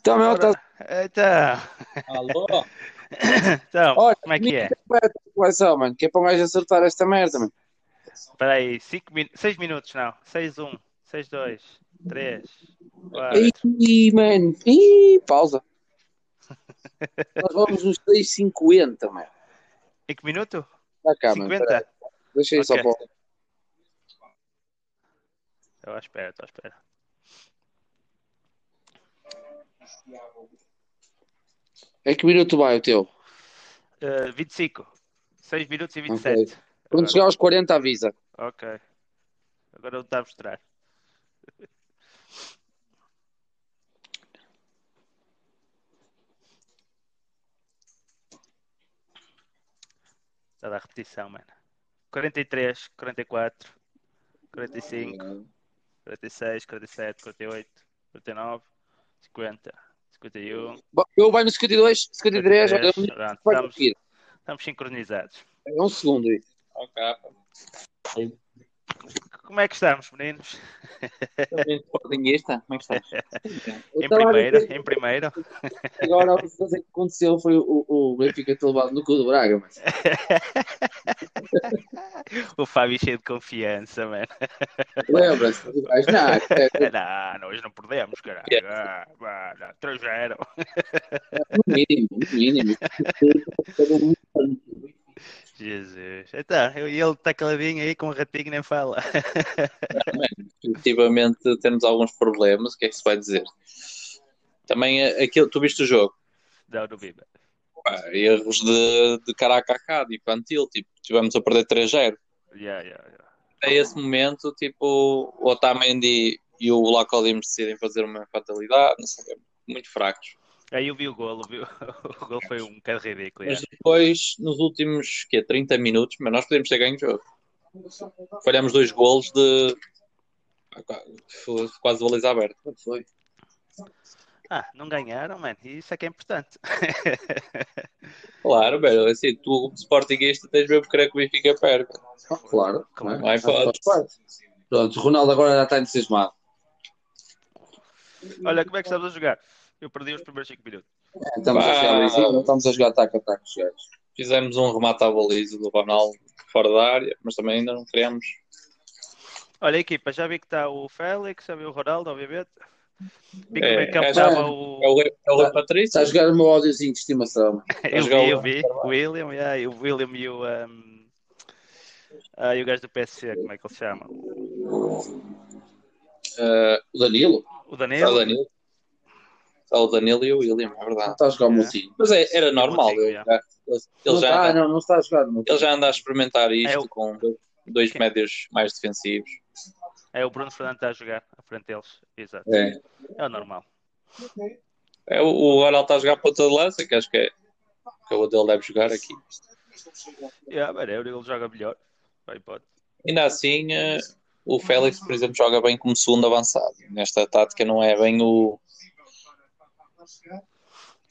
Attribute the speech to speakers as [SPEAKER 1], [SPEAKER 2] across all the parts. [SPEAKER 1] Então, meu, tá...
[SPEAKER 2] Então,
[SPEAKER 3] Alô?
[SPEAKER 2] então
[SPEAKER 1] Olha,
[SPEAKER 2] como é que é?
[SPEAKER 1] Coleção, mano, que é para mais acertar esta merda, mano.
[SPEAKER 2] Espera aí, 6 minutos não. um, 6, 1, 6, 2, 3, 4.
[SPEAKER 1] Ih, mano, ih, pausa. Nós vamos nos 6,50, mano.
[SPEAKER 2] Em que minuto?
[SPEAKER 1] Está cá, mano.
[SPEAKER 2] 50?
[SPEAKER 1] espera aí. Deixa aí só
[SPEAKER 2] Ok.
[SPEAKER 1] para.
[SPEAKER 2] Estou à espera, estou à espera.
[SPEAKER 1] É que minuto vai o teu?
[SPEAKER 2] Eh, 25. 6 minutos e 27.
[SPEAKER 1] Quando chegar aos 40, avisa.
[SPEAKER 2] Ok. Agora eu te a mostrar. Está a dar repetição, mano. 43, 44, 45, 46, 47, 48, 49, 50, 51.
[SPEAKER 1] Bom, Eu vai no 52, 53, olha,
[SPEAKER 2] 53.
[SPEAKER 1] eu-
[SPEAKER 2] Pronto,
[SPEAKER 1] vai
[SPEAKER 2] estamos,
[SPEAKER 1] conseguir.
[SPEAKER 2] estamos sincronizados.
[SPEAKER 1] É um segundo isso.
[SPEAKER 3] Ok.
[SPEAKER 2] Como é que estamos, meninos?
[SPEAKER 1] Ordinhista, como é que estás?
[SPEAKER 2] Em primeira, em primeira.
[SPEAKER 1] Agora, a única coisa que aconteceu foi o, o Benfica ter levado no cu do Braga, mas...
[SPEAKER 2] O Fábio cheio de confiança, mano.
[SPEAKER 1] Lembra-se, mas não, é, é,
[SPEAKER 2] Não, não, hoje não perdemos, caralho. Ah, vá, não, 3-0.
[SPEAKER 1] no é mínimo, no mínimo. Todo mundo-
[SPEAKER 2] Jesus. Então, eu- e ele está caladinho aí com o ratinho nem fala.
[SPEAKER 3] Definitivamente temos alguns problemas. O que é que se vai dizer? Também eh, aquilo, tu viste o jogo.
[SPEAKER 2] Não, não viva.
[SPEAKER 3] Pá, erros de, de cara a cacá, de infantil. Tipo, tivemos a perder 3-0.
[SPEAKER 2] Yeah, yeah, yeah.
[SPEAKER 3] A esse momento, tipo, o Otamendi e o Lacodim decidem fazer uma fatalidade. Não sei, o quê. muito fracos.
[SPEAKER 2] Aí eu vi o golo, viu? O golo foi um bocado ridículo.
[SPEAKER 3] Mas
[SPEAKER 2] yeah.
[SPEAKER 3] depois, nos últimos quê, 30 minutos, mas nós podemos ter ganho o jogo. Falhamos dois golos de ah, Foi quase baliza aberta. Foi.
[SPEAKER 2] Ah, não ganharam, mano. E isso é que é importante.
[SPEAKER 3] Claro, velho. Assim, tu, como Sportingista, tens mesmo que querer que o Benfica perca.
[SPEAKER 1] Ah, Claro,
[SPEAKER 2] Claro.
[SPEAKER 1] não é?
[SPEAKER 3] Não há hipótese.
[SPEAKER 1] Pronto, o Ronaldo agora já está entusiasmado.
[SPEAKER 2] Olha, como é que estamos a jogar? Eu perdi os primeiros 5 minutos.
[SPEAKER 1] Estamos a jogar
[SPEAKER 3] Pá.
[SPEAKER 1] Benfica, estamos a jogar taca-taca, os gajos.
[SPEAKER 3] Fizemos um remate à baliza do Ronaldo fora da área, mas também ainda não criamos.
[SPEAKER 2] Olha, equipa, já vi que está o Félix, já vi o Ronaldo, obviamente. Vi que
[SPEAKER 3] É,
[SPEAKER 2] no meio campo
[SPEAKER 3] é,
[SPEAKER 2] estava
[SPEAKER 1] já-
[SPEAKER 2] o.
[SPEAKER 3] É o, é o Rui Patrício?
[SPEAKER 1] Está a jogar o meu áudiozinho de estimação.
[SPEAKER 2] Eu
[SPEAKER 3] tá jogar
[SPEAKER 2] vi,
[SPEAKER 3] o
[SPEAKER 2] eu vi. O William, yeah, e o William e o. um, ah, e o gajo do PSC, como é que ele se chama?
[SPEAKER 3] Ah,
[SPEAKER 1] O Danilo
[SPEAKER 2] É O
[SPEAKER 3] Está o
[SPEAKER 2] Danilo?
[SPEAKER 3] Danilo. Está o Danilo e o William, é verdade.
[SPEAKER 1] está a jogar o
[SPEAKER 2] É.
[SPEAKER 1] Moutinho.
[SPEAKER 3] Mas é- era normal.
[SPEAKER 2] Contigo,
[SPEAKER 3] Ele
[SPEAKER 2] já.
[SPEAKER 3] já, ele
[SPEAKER 1] Não
[SPEAKER 3] já
[SPEAKER 1] está,
[SPEAKER 3] anda-
[SPEAKER 1] não, não está a jogar o
[SPEAKER 3] Ele
[SPEAKER 1] Moutinho.
[SPEAKER 3] já anda a experimentar
[SPEAKER 2] É
[SPEAKER 3] isto
[SPEAKER 2] o-
[SPEAKER 3] com dois
[SPEAKER 2] Quem?
[SPEAKER 3] médios mais defensivos.
[SPEAKER 2] É o Bruno Fernandes está a jogar à frente deles. Exato.
[SPEAKER 3] É.
[SPEAKER 2] É o normal.
[SPEAKER 3] o, o Aral está a jogar ponta de lança, que acho que é que é o dele deve jogar aqui.
[SPEAKER 2] Yeah, mano, é, ele joga melhor. Vai, pode.
[SPEAKER 3] Ainda assim, eh, o Félix, por exemplo, joga bem como segundo avançado. Nesta tática não é bem o.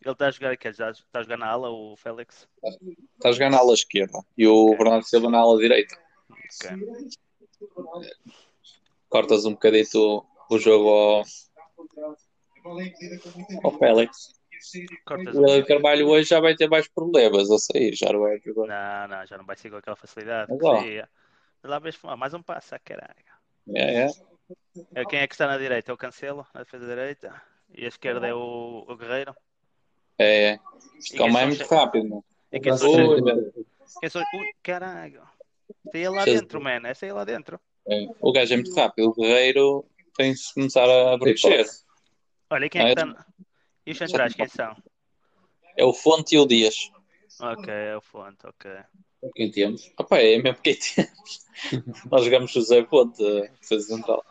[SPEAKER 2] Ele está a jogar aqui, já está a jogar na ala, o Félix.
[SPEAKER 3] Está tá a jogar na ala esquerda e o Bernardo Silva na ala direita.
[SPEAKER 2] Ok.
[SPEAKER 3] Cortas um bocadito o jogo ao, ao Félix.
[SPEAKER 2] Cortas
[SPEAKER 3] O William Carvalho hoje já vai ter mais problemas a sair, já não é jogar.
[SPEAKER 2] Não, não, já não vai ser com aquela facilidade.
[SPEAKER 3] Mas
[SPEAKER 2] que
[SPEAKER 3] lá.
[SPEAKER 2] seria. Lá vês ah, mais um passo, ah, caralho.
[SPEAKER 3] É, é.
[SPEAKER 2] É, Quem é que está na direita? É o Cancelo, na defesa direita. E a esquerda é o, o Guerreiro.
[SPEAKER 3] é, é. Isto também é muito rápido, não é?
[SPEAKER 2] E quem são os três-
[SPEAKER 3] Oi, velho.
[SPEAKER 2] Eu sou... Ui, caralho. Saí lá
[SPEAKER 3] Jesus.
[SPEAKER 2] dentro, mano. Essa aí é lá dentro.
[SPEAKER 3] É, O gajo é muito rápido, o guerreiro tem de começar a preencher.
[SPEAKER 2] Olha, e quem é que está... E os centrais, quem são?
[SPEAKER 3] É o Fonte e o Dias.
[SPEAKER 2] Ok, é o Fonte, ok.
[SPEAKER 1] Quem temos?
[SPEAKER 3] Opa, é mesmo que temos. Nós jogamos José Fonte, defesa central.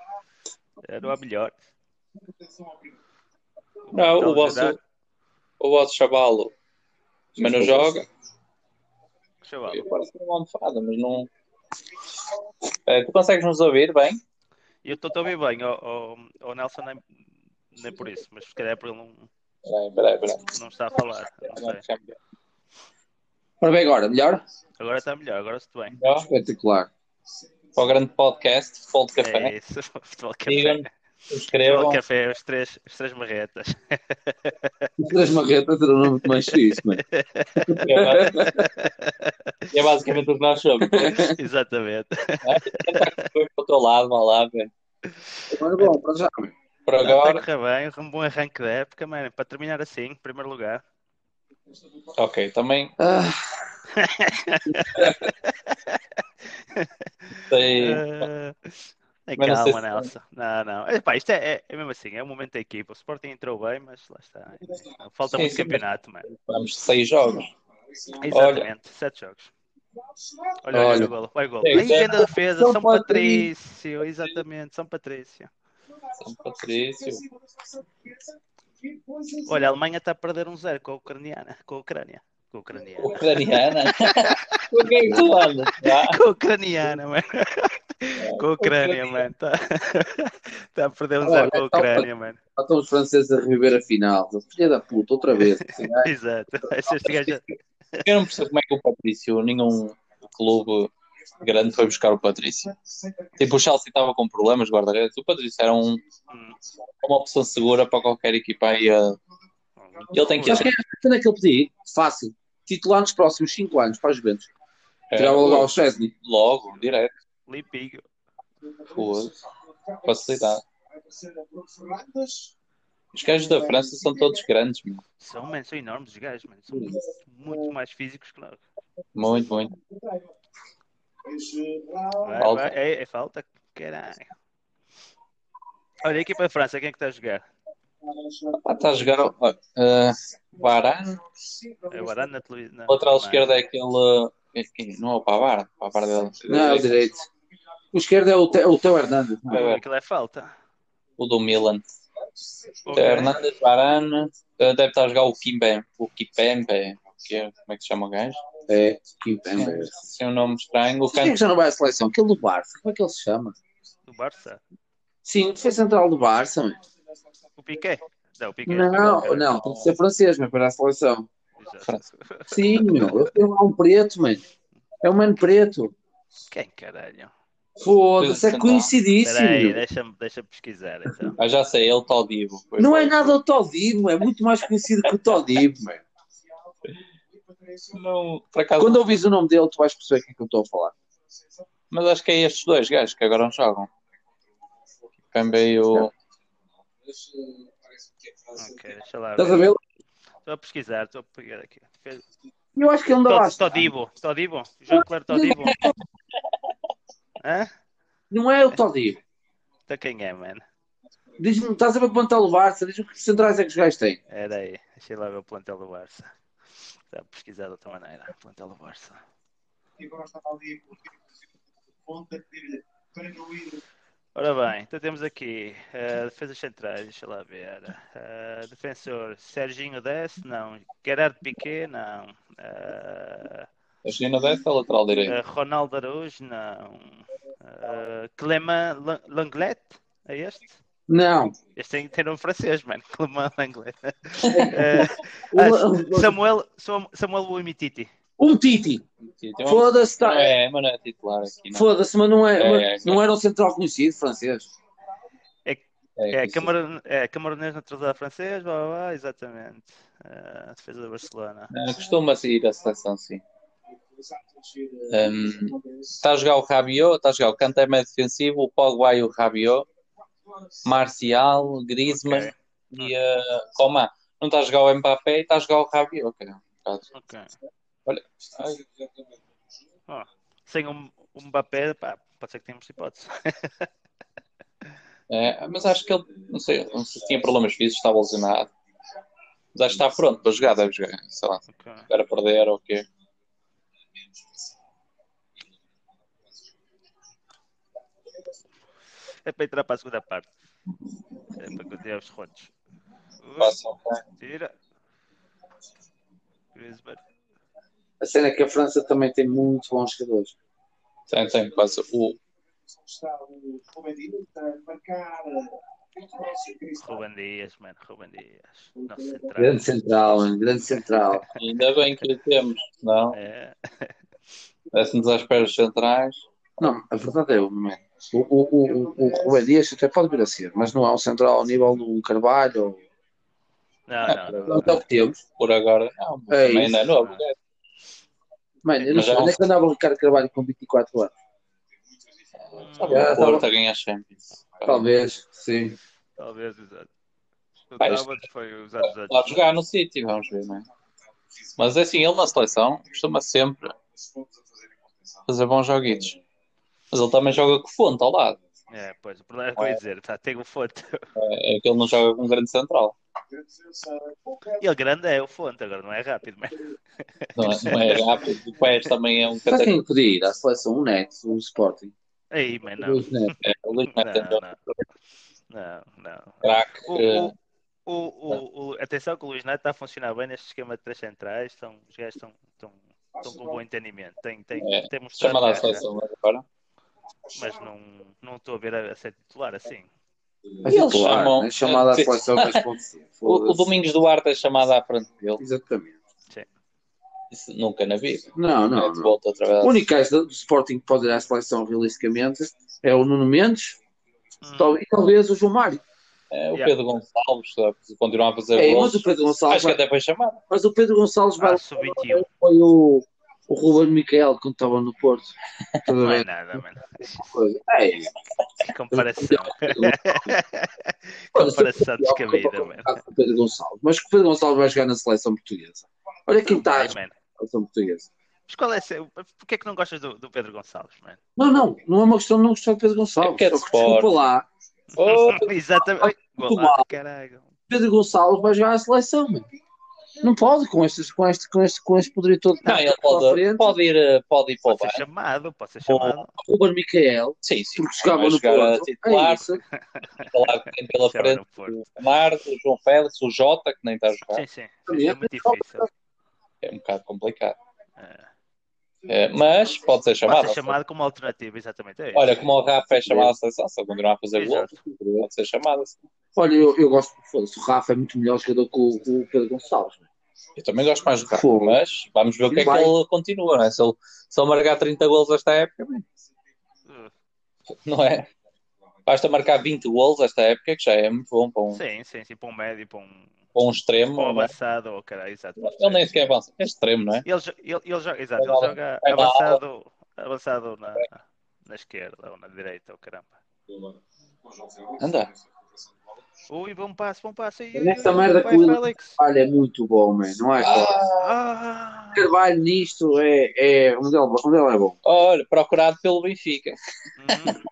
[SPEAKER 2] É, Não há melhor.
[SPEAKER 3] Não,
[SPEAKER 2] Então,
[SPEAKER 3] o vosso,
[SPEAKER 2] verdade,
[SPEAKER 3] o vosso chavalo mas não joga.
[SPEAKER 2] chaval.
[SPEAKER 3] Eu parece é uma almofada, mas não. É, tu consegues nos ouvir bem?
[SPEAKER 2] Eu estou a ouvir bem, o, Nelson nem, nem por isso, mas se calhar é por ele não,
[SPEAKER 3] Peraí, peraí, peraí.
[SPEAKER 2] não está a falar. Não sei.
[SPEAKER 1] Ora bem, agora, melhor?
[SPEAKER 2] Agora está melhor, agora estou bem.
[SPEAKER 3] Melhor?
[SPEAKER 1] Espetacular.
[SPEAKER 3] Para o grande podcast, Futebol de Café. é
[SPEAKER 2] É isso, futebol café.
[SPEAKER 3] Digam-nos Escrevam.
[SPEAKER 2] Café, é os três, os três marretas.
[SPEAKER 1] Três marretas era um nome muito mais fixe, mano.
[SPEAKER 3] que é ba- que é basicamente o que nós somos. É,
[SPEAKER 2] Exatamente.
[SPEAKER 3] Foi para o teu lado, mal lá, velho.
[SPEAKER 1] Mas bom, para já, mano.
[SPEAKER 3] Por
[SPEAKER 2] Está a
[SPEAKER 3] agora.
[SPEAKER 2] correr bem, um bom arranque da época, mano. Para terminar assim, em primeiro lugar. tá.
[SPEAKER 3] Ok, também
[SPEAKER 1] Ah,
[SPEAKER 3] sei.
[SPEAKER 2] Ah, é
[SPEAKER 3] Mas não sei
[SPEAKER 2] calma,
[SPEAKER 3] se-
[SPEAKER 2] Nelson. Não, não. Epá, isto é, é- é mesmo assim, é o momento da equipa. O Sporting entrou bem, mas lá está. né? Falta
[SPEAKER 3] Sim,
[SPEAKER 2] muito
[SPEAKER 3] sim, mas-
[SPEAKER 2] campeonato, mano.
[SPEAKER 3] Vamos seis jogos.
[SPEAKER 2] Exatamente, sete jogos. Olha, olha,
[SPEAKER 1] Olha.
[SPEAKER 2] o golo, olha o golo.
[SPEAKER 3] É,
[SPEAKER 2] Aí
[SPEAKER 3] isso é-
[SPEAKER 2] vem da defesa,
[SPEAKER 1] São
[SPEAKER 2] São Patrício, exatamente, São Patrício.
[SPEAKER 3] São Patrício.
[SPEAKER 2] Olha, a Alemanha está a perder um zero com a Ucraniana, com a Ucrânia. Com a Ucraniana.
[SPEAKER 3] Ucraniana. Por que é que tu andas? Ah,
[SPEAKER 2] Com a Ucraniana, mano. Com a Ucrânia, mano. Está tá a perder
[SPEAKER 1] Olha,
[SPEAKER 2] um zero com a
[SPEAKER 1] então-
[SPEAKER 2] Ucrânia, mano.
[SPEAKER 1] lá estão os franceses a reviver a final. Filha da puta, outra vez. Assim, é
[SPEAKER 2] Exato. Este gajo-
[SPEAKER 3] Eu não percebo como é que o Patrício, nenhum clube grande foi buscar o Patrício. Tipo, o Chelsea estava com problemas de guarda-redes. O Patrício era um-
[SPEAKER 2] Hum,
[SPEAKER 3] uma opção segura para qualquer equipa aí. ah, Ele tem que
[SPEAKER 1] Mas quem é quando é que eu pedi? Fácil. Titular nos próximos 5 anos para a Juventus. Tirava logo ao Chesney.
[SPEAKER 3] Eh, Logo, direto.
[SPEAKER 2] Limpinho.
[SPEAKER 3] Foda-se. Facilidade. Os gajos da França são todos grandes, meu.
[SPEAKER 2] São, mano, são enormes os gajos, mano. São muito, muito mais físicos que nós.
[SPEAKER 3] Muito, muito.
[SPEAKER 2] Vai,
[SPEAKER 3] Falta.
[SPEAKER 2] vai. É, é falta. Caralho. Olha, a equipa da França, quem é que está a jogar?
[SPEAKER 3] Ah,
[SPEAKER 4] tá.
[SPEAKER 3] está a jogar. ó, ah, Varane.
[SPEAKER 2] É o Varane na televisão.
[SPEAKER 3] Lateral esquerda é aquele. é que- Não é o Pavard. O Pavard dele.
[SPEAKER 1] Não, é o direito. O esquerdo é o, Te- o Teo Hernandes. não é?
[SPEAKER 3] esquerda.
[SPEAKER 2] Aquilo é falta.
[SPEAKER 3] O do Milan.
[SPEAKER 2] Ok.
[SPEAKER 3] Hernandes Varane. ah, Deve estar a jogar o Kimpembe. O Kimpembe. que é- Como é que se chama o gajo?
[SPEAKER 1] É, que bem, velho.
[SPEAKER 3] Sim, um nome estranho. O
[SPEAKER 1] Mas Quem é que
[SPEAKER 3] canto
[SPEAKER 1] já não vai à seleção? Aquele do Barça. Como é que ele se chama?
[SPEAKER 2] Do Barça.
[SPEAKER 1] Sim, foi central do Barça. meu.
[SPEAKER 2] O Piqué. Não, o Piqué.
[SPEAKER 1] Não, não, tem que ser francês, mas para a seleção.
[SPEAKER 2] Exato.
[SPEAKER 1] Sim, meu. Eu tenho lá um preto, mano. É um mano preto.
[SPEAKER 2] Quem caralho?
[SPEAKER 1] Foda-se, é
[SPEAKER 3] Central.
[SPEAKER 1] conhecidíssimo.
[SPEAKER 2] Peraí,
[SPEAKER 1] meu.
[SPEAKER 2] deixa-me deixa pesquisar então.
[SPEAKER 3] Ah, já sei, ele Todivo.
[SPEAKER 1] Não é nada o Todibo, é muito mais conhecido que o Todibo. meu.
[SPEAKER 3] Não, por acaso.
[SPEAKER 1] Quando ouvis o nome dele, tu vais perceber o que é que eu estou a falar.
[SPEAKER 3] Mas acho que é estes dois gajos que agora não jogam. Também o.
[SPEAKER 2] Ok, deixa lá.
[SPEAKER 1] Estás a
[SPEAKER 2] ver.
[SPEAKER 1] ver?
[SPEAKER 2] Estou a pesquisar, estou a pegar aqui.
[SPEAKER 1] Eu acho que ele ainda lá
[SPEAKER 2] Tod-
[SPEAKER 1] está.
[SPEAKER 2] Todibo, Todibo, João Claro Todibo. Hã?
[SPEAKER 1] Não é o Todibo.
[SPEAKER 2] Então quem é, mano?
[SPEAKER 1] Diz-me, estás a ver quanto está o Barça? Diz-me que centrais é que os gajos têm.
[SPEAKER 2] Era aí, deixa lá ver o plantel do Barça. Está a pesquisar de outra maneira. Plantel do Barça. Ora bem, então temos aqui eh, defesas centrais, deixa lá ver. Eh, defensor Serginho Deste, não. Gerard Piqué, não. Eh,
[SPEAKER 3] A Gina Dessa é lateral direito.
[SPEAKER 2] eh, Ronaldo Araújo, não. Eh, Clément Lan- Langlet, é este?
[SPEAKER 1] Não.
[SPEAKER 2] Este tem, tem nome francês, mano. Clément Langlet.
[SPEAKER 1] O-
[SPEAKER 2] Eh, Samuel, Sam- Samuel Uimititi.
[SPEAKER 1] Um Titi.
[SPEAKER 3] Sim, tem um-
[SPEAKER 1] Foda-se,
[SPEAKER 3] Não
[SPEAKER 1] tá-
[SPEAKER 3] é, mas não é titular aqui. Não.
[SPEAKER 1] Foda-se, mas não, é,
[SPEAKER 3] É,
[SPEAKER 1] mas
[SPEAKER 3] é, é.
[SPEAKER 1] não era um central conhecido francês.
[SPEAKER 2] É,
[SPEAKER 3] que-
[SPEAKER 2] Camarun, é camaronês naturalizado francês, blá, blá, blá, exatamente. Eh, defesa do Barcelona.
[SPEAKER 3] Ah, Costuma-se ir à seleção, sim.
[SPEAKER 4] Hum.
[SPEAKER 3] Ahm, está a jogar o Rabiot, está a jogar o Kanté médio defensivo, o Pogba e o Rabiot, Marcial, Griezmann
[SPEAKER 2] Ok.
[SPEAKER 3] e ah, Coman. Não está a jogar o Mbappé e está a jogar o Rabiot. caramba.
[SPEAKER 2] Ok.
[SPEAKER 3] Ai,
[SPEAKER 2] Sem um, um Mbappé, pá, pode ser que tenhamos hipótese.
[SPEAKER 3] É, mas acho que ele, não sei, não sei se tinha problemas físicos, estava lesionado. Mas acho que está pronto para jogar, deve jogar, sei lá,
[SPEAKER 2] Ok.
[SPEAKER 3] para perder ou o quê.
[SPEAKER 2] É para entrar para a segunda parte. É para continuar os rotos.
[SPEAKER 3] Passa.
[SPEAKER 2] Tira. Griezmann.
[SPEAKER 1] A cena é que a França também tem muito bons jogadores.
[SPEAKER 3] Tem, tem, passa. O,
[SPEAKER 4] está o Rubem Dias a marcar muito próximo Cristal.
[SPEAKER 2] Ruben Dias, mano. Ruben Dias. é Nosso central.
[SPEAKER 1] Grande central, mano, grande central.
[SPEAKER 3] ainda bem que o temos, não?
[SPEAKER 2] É.
[SPEAKER 3] Desce-nos às pernas centrais.
[SPEAKER 1] Não, a verdade é uma, mano. O, o, o, o Rubem Dias até pode vir a ser, mas não há um central ao nível de um Carvalho. Ou... é
[SPEAKER 2] Não,
[SPEAKER 3] Ah,
[SPEAKER 2] não,
[SPEAKER 1] não,
[SPEAKER 2] não.
[SPEAKER 1] não.
[SPEAKER 3] Até o que temos, por agora. Não, mas
[SPEAKER 1] É
[SPEAKER 3] também
[SPEAKER 1] isso.
[SPEAKER 3] não é novo.
[SPEAKER 2] Ah.
[SPEAKER 1] Mano, eu não
[SPEAKER 3] Mas
[SPEAKER 1] sei
[SPEAKER 3] é um-
[SPEAKER 1] onde é que andava o Ricardo Carvalho com 24 anos.
[SPEAKER 3] O
[SPEAKER 1] Ah, tá
[SPEAKER 3] Porto
[SPEAKER 1] bom.
[SPEAKER 3] a ganhar Champions.
[SPEAKER 1] Talvez, sim.
[SPEAKER 2] Talvez, exato. O
[SPEAKER 3] Pá, isto-
[SPEAKER 2] Talbot foi os anos
[SPEAKER 3] Lá
[SPEAKER 2] antes.
[SPEAKER 3] jogar no City, vamos ver, não é? Mas assim, ele na seleção costuma sempre fazer bons joguitos. Mas ele também joga com fonte ao lado.
[SPEAKER 2] É, pois, o problema é o que eu ia dizer, tá, tem o Fonte.
[SPEAKER 3] É que ele não joga com grande central.
[SPEAKER 2] E ele grande é o Fonte, agora não é rápido, mas
[SPEAKER 3] Não é, não é rápido. O Pérez também é
[SPEAKER 1] Sabe
[SPEAKER 3] um
[SPEAKER 2] assim,
[SPEAKER 3] cataclismo.
[SPEAKER 1] quem podia ir à seleção? Um Neto, um Sporting.
[SPEAKER 2] aí, mas não.
[SPEAKER 1] Dois né? Neto.
[SPEAKER 3] é
[SPEAKER 2] Não, não. Não, não.
[SPEAKER 3] Crack,
[SPEAKER 2] O,
[SPEAKER 3] um eh,
[SPEAKER 2] o,
[SPEAKER 3] Tá.
[SPEAKER 2] o, o, o- atenção que o Luís Neto está a funcionar bem neste esquema de três centrais, estão, os gajos estão, estão, estão com bom entendimento. Tem, tem,
[SPEAKER 3] É,
[SPEAKER 2] tem mostrado
[SPEAKER 3] chamada à
[SPEAKER 2] garra,
[SPEAKER 3] seleção agora.
[SPEAKER 2] mas não, não estou a ver a, a ser titular assim.
[SPEAKER 1] Mas
[SPEAKER 3] Eles
[SPEAKER 1] titular,
[SPEAKER 3] chamam-
[SPEAKER 1] né? chamada à seleção que eles podem
[SPEAKER 3] O, o Domingos Duarte é chamado à frente dele.
[SPEAKER 1] Exatamente.
[SPEAKER 3] Isso nunca na vida.
[SPEAKER 1] Não, não,
[SPEAKER 3] É de
[SPEAKER 1] não.
[SPEAKER 3] volta outra vez.
[SPEAKER 1] O único gajo do do Sporting que pode ir à seleção realisticamente é o Nuno Mendes
[SPEAKER 2] Hum.
[SPEAKER 1] tal- e talvez o João Mário.
[SPEAKER 3] É, o
[SPEAKER 2] Yeah.
[SPEAKER 3] Pedro Gonçalves, sabe, se continuar a fazer
[SPEAKER 1] É,
[SPEAKER 3] gols.
[SPEAKER 1] mas o Pedro Gonçalves,
[SPEAKER 3] Acho que
[SPEAKER 1] vai-
[SPEAKER 3] até foi chamado.
[SPEAKER 1] mas o Pedro Gonçalves vai
[SPEAKER 2] Ah, sub-21.
[SPEAKER 1] foi o, o Ruben Micael quando estava no Porto. Tudo
[SPEAKER 2] Não é
[SPEAKER 1] bem.
[SPEAKER 2] nada, mano.
[SPEAKER 1] Coisa. É, isso.
[SPEAKER 2] Que comparação. comparação descabida, mano.
[SPEAKER 1] o Pedro Gonçalves. Mas que o Pedro Gonçalves vai jogar na seleção portuguesa. Olha quem está
[SPEAKER 2] Ai,
[SPEAKER 1] na
[SPEAKER 2] mano.
[SPEAKER 1] seleção portuguesa.
[SPEAKER 2] Mas qual é seu- Porquê é que não gostas do, do Pedro Gonçalves, mano?
[SPEAKER 1] Não, não, não é uma questão de não gostar do Pedro
[SPEAKER 3] É
[SPEAKER 1] Gonçalves.
[SPEAKER 3] que é de
[SPEAKER 1] Só que desculpa
[SPEAKER 3] Sporting.
[SPEAKER 1] lá.
[SPEAKER 3] Oh,
[SPEAKER 2] Exatamente. Oi,
[SPEAKER 1] Muito
[SPEAKER 2] Golaço, caralho.
[SPEAKER 1] Pedro Gonçalves vai jogar à seleção, mano. Não pode com este, com este, com este, com este poderio todo.
[SPEAKER 3] não, ele
[SPEAKER 1] à
[SPEAKER 3] pode,
[SPEAKER 1] frente.
[SPEAKER 3] pode ir, eh, pode ir para o
[SPEAKER 2] Pode ser
[SPEAKER 3] banco.
[SPEAKER 2] chamado, pode ser
[SPEAKER 3] Bom,
[SPEAKER 2] chamado.
[SPEAKER 1] Ruben Micael,
[SPEAKER 3] Sim, sim.
[SPEAKER 1] porque jogava
[SPEAKER 3] Vai
[SPEAKER 1] no
[SPEAKER 3] jogar a
[SPEAKER 1] Porto.
[SPEAKER 3] titular.
[SPEAKER 1] É isso.
[SPEAKER 3] Falar que tem pela
[SPEAKER 2] Chama
[SPEAKER 3] frente
[SPEAKER 2] no Porto.
[SPEAKER 3] o Bernardo, o João Félix, o Jota, que nem está a jogar.
[SPEAKER 2] Sim, sim. sim, É muito difícil.
[SPEAKER 3] É um bocado complicado.
[SPEAKER 2] É.
[SPEAKER 3] É, mas pode ser chamado.
[SPEAKER 2] Pode ser chamado como alternativa, exatamente. É isso.
[SPEAKER 3] Olha, como o Rafa é chamado à seleção, se ele continuar a fazer gols,
[SPEAKER 2] Exato.
[SPEAKER 3] pode ser chamado.
[SPEAKER 1] Olha, eu, eu gosto, foda-se, o Rafa é muito melhor jogador que o, que o Pedro Gonçalves. mano.
[SPEAKER 3] Eu também gosto mais do Rafa,
[SPEAKER 1] Fogo.
[SPEAKER 3] mas vamos ver o que é que
[SPEAKER 1] Vai.
[SPEAKER 3] ele continua. Não é? se, ele, se ele marcar 30 gols esta época, bem,
[SPEAKER 2] Uh,
[SPEAKER 3] não é? Basta marcar 20 gols esta época, que já é muito bom para um,
[SPEAKER 2] Sim, sim, sim, para um médio, para um,
[SPEAKER 3] para um
[SPEAKER 2] para
[SPEAKER 3] extremo.
[SPEAKER 2] um
[SPEAKER 3] não é?
[SPEAKER 2] avançado, ou caralho, exato.
[SPEAKER 3] Ele nem sequer avança. É extremo, não é?
[SPEAKER 2] Ele, jo- ele, ele joga, exato, ele
[SPEAKER 3] Vai lá,
[SPEAKER 2] joga
[SPEAKER 3] vai lá.
[SPEAKER 2] avançado, avançado na, na esquerda ou na direita, ou caramba.
[SPEAKER 3] Anda.
[SPEAKER 2] Ui, bom passo, bom passo. Ui,
[SPEAKER 1] Nesta
[SPEAKER 2] ui,
[SPEAKER 1] merda
[SPEAKER 2] vai,
[SPEAKER 1] que o Willian
[SPEAKER 2] Félix.
[SPEAKER 1] Carvalho é muito bom, man. não é? Ah.
[SPEAKER 2] Ah,
[SPEAKER 1] Carvalho nisto é, é um, dele, um dele é bom.
[SPEAKER 3] Olha, procurado pelo Benfica.
[SPEAKER 2] hum,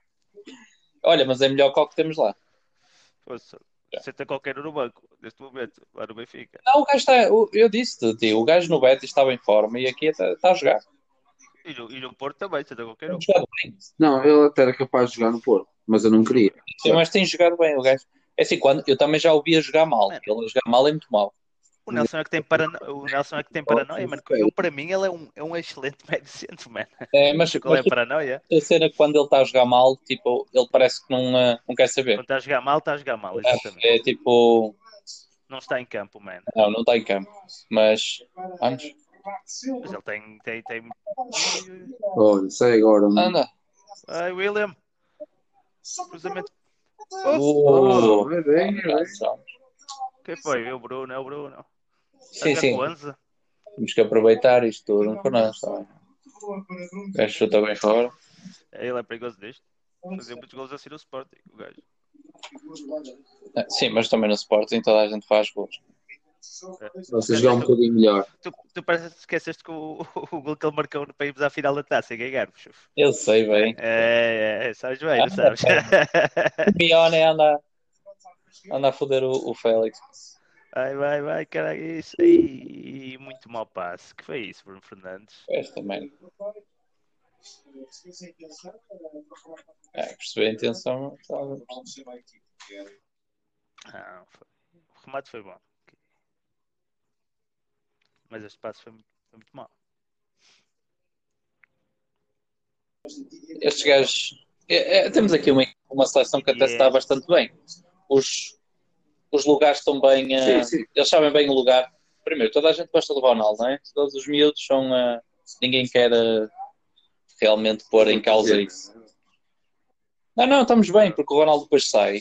[SPEAKER 3] Olha, mas é melhor que o que temos lá.
[SPEAKER 2] poxa, você tem qualquer um no banco, neste momento, lá no Benfica.
[SPEAKER 3] Não, Ah, o gajo está. o- Eu disse-te, tio, o gajo no Betis estava em forma e aqui está, está a jogar.
[SPEAKER 2] E no, e no Porto também, você tem qualquer um.
[SPEAKER 3] Tem jogado bem.
[SPEAKER 1] Não, ele até era capaz de jogar no Porto, mas eu não queria.
[SPEAKER 3] Sim, mas tem jogado bem o gajo. É assim, quando, eu também já o via jogar mal. Ele a jogar mal é muito mal.
[SPEAKER 2] O Nelson é que tem paranoia, o Nelson é que tem paranoia, mano. Eu, para mim, ele é um, é um excelente médio centro, mano.
[SPEAKER 3] É, mas
[SPEAKER 2] Qual é
[SPEAKER 3] mas
[SPEAKER 2] a paranoia?
[SPEAKER 3] a cena que quando ele está a jogar mal, tipo, ele parece que não, eh, não quer
[SPEAKER 2] Quando
[SPEAKER 3] saber.
[SPEAKER 2] está a jogar mal, está a jogar mal, exatamente.
[SPEAKER 3] É tipo,
[SPEAKER 2] Não está em campo, mano.
[SPEAKER 3] não, não está em campo. Mas antes,
[SPEAKER 2] Mas ele tem. tem, tem...
[SPEAKER 1] Olha, sei agora. mano.
[SPEAKER 3] anda.
[SPEAKER 2] Ai, William! Cruzamento.
[SPEAKER 1] Oh,
[SPEAKER 3] Uh,
[SPEAKER 1] é bem, é bem.
[SPEAKER 2] Quem foi? O Bruno, é o Bruno.
[SPEAKER 3] Sim,
[SPEAKER 2] Está
[SPEAKER 3] sim,
[SPEAKER 2] Tá com 11?
[SPEAKER 3] temos que aproveitar isto tudo por nós também. O gajo chuta bem fora.
[SPEAKER 2] Ele é perigoso deste. Fazia muitos gols assim no Sporting, o gajo.
[SPEAKER 3] Ah, Sim, mas também no Sporting toda a gente faz gols.
[SPEAKER 1] Você jogar um bocadinho melhor.
[SPEAKER 2] Tu, tu parece que esqueceste que o, o gol que ele marcou para irmos à final da taça e ganharmos. chuf.
[SPEAKER 3] Eu sei bem.
[SPEAKER 2] É, é, é, sabes bem, não sabes?
[SPEAKER 3] Mione anda, anda a foder o, o Félix.
[SPEAKER 2] Vai, vai, vai, caralho, isso. E, muito mau passe. Que foi isso, Bruno Fernandes?
[SPEAKER 3] Pois também. É, percebi a intenção. mas sabe.
[SPEAKER 2] Ah, foi- O remate foi bom. Mas este passe foi muito, foi muito mau.
[SPEAKER 3] Estes gajos. é, é, temos aqui uma, uma seleção que até se dá
[SPEAKER 2] Yes.
[SPEAKER 3] bastante bem. Os, os lugares estão bem. eh,
[SPEAKER 1] Sim, sim.
[SPEAKER 3] Eles sabem bem o lugar. Primeiro, toda a gente gosta do Ronaldo, não é? Todos os miúdos são. ah, eh, ninguém quer eh, realmente pôr em causa isso. Não, não, estamos bem, porque o Ronaldo depois sai.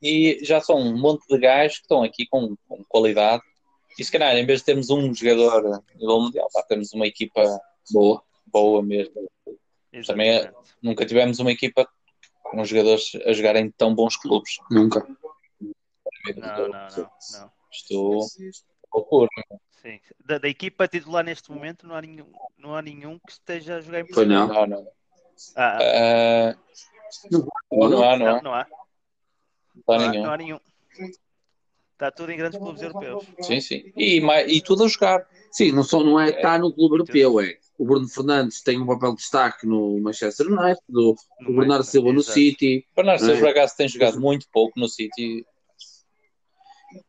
[SPEAKER 3] E já são um monte de gajos que estão aqui com, com qualidade. E se calhar, em vez de termos um jogador a nível mundial, pá, temos uma equipa boa, boa mesmo. Também é-
[SPEAKER 2] Exatamente.
[SPEAKER 3] Nunca tivemos uma equipa com jogadores a jogarem em tão bons clubes.
[SPEAKER 1] Nunca.
[SPEAKER 2] Não, não, não, não.
[SPEAKER 3] Estou é loucura.
[SPEAKER 2] Sim. Da, da equipa titular neste momento não há nenhum, não há nenhum que esteja a jogar em
[SPEAKER 1] Pois não.
[SPEAKER 3] Não, não.
[SPEAKER 2] Ah,
[SPEAKER 3] Ah, não, não há, não
[SPEAKER 2] não,
[SPEAKER 3] há.
[SPEAKER 2] não há.
[SPEAKER 3] Não
[SPEAKER 2] Não
[SPEAKER 3] há
[SPEAKER 2] há,
[SPEAKER 3] nenhum.
[SPEAKER 2] não há nenhum. Está tudo em grandes clubes europeus.
[SPEAKER 3] Sim, sim. E, ma- e tudo a jogar.
[SPEAKER 1] Sim, não, só, não é estar no clube
[SPEAKER 3] então
[SPEAKER 1] europeu, é. O Bruno Fernandes tem um papel de destaque no Manchester United, o, o Bernardo Silva no
[SPEAKER 2] Exato.
[SPEAKER 1] City.
[SPEAKER 3] Bernardo Silva,
[SPEAKER 1] É.
[SPEAKER 3] por acaso, tem jogado muito pouco no City.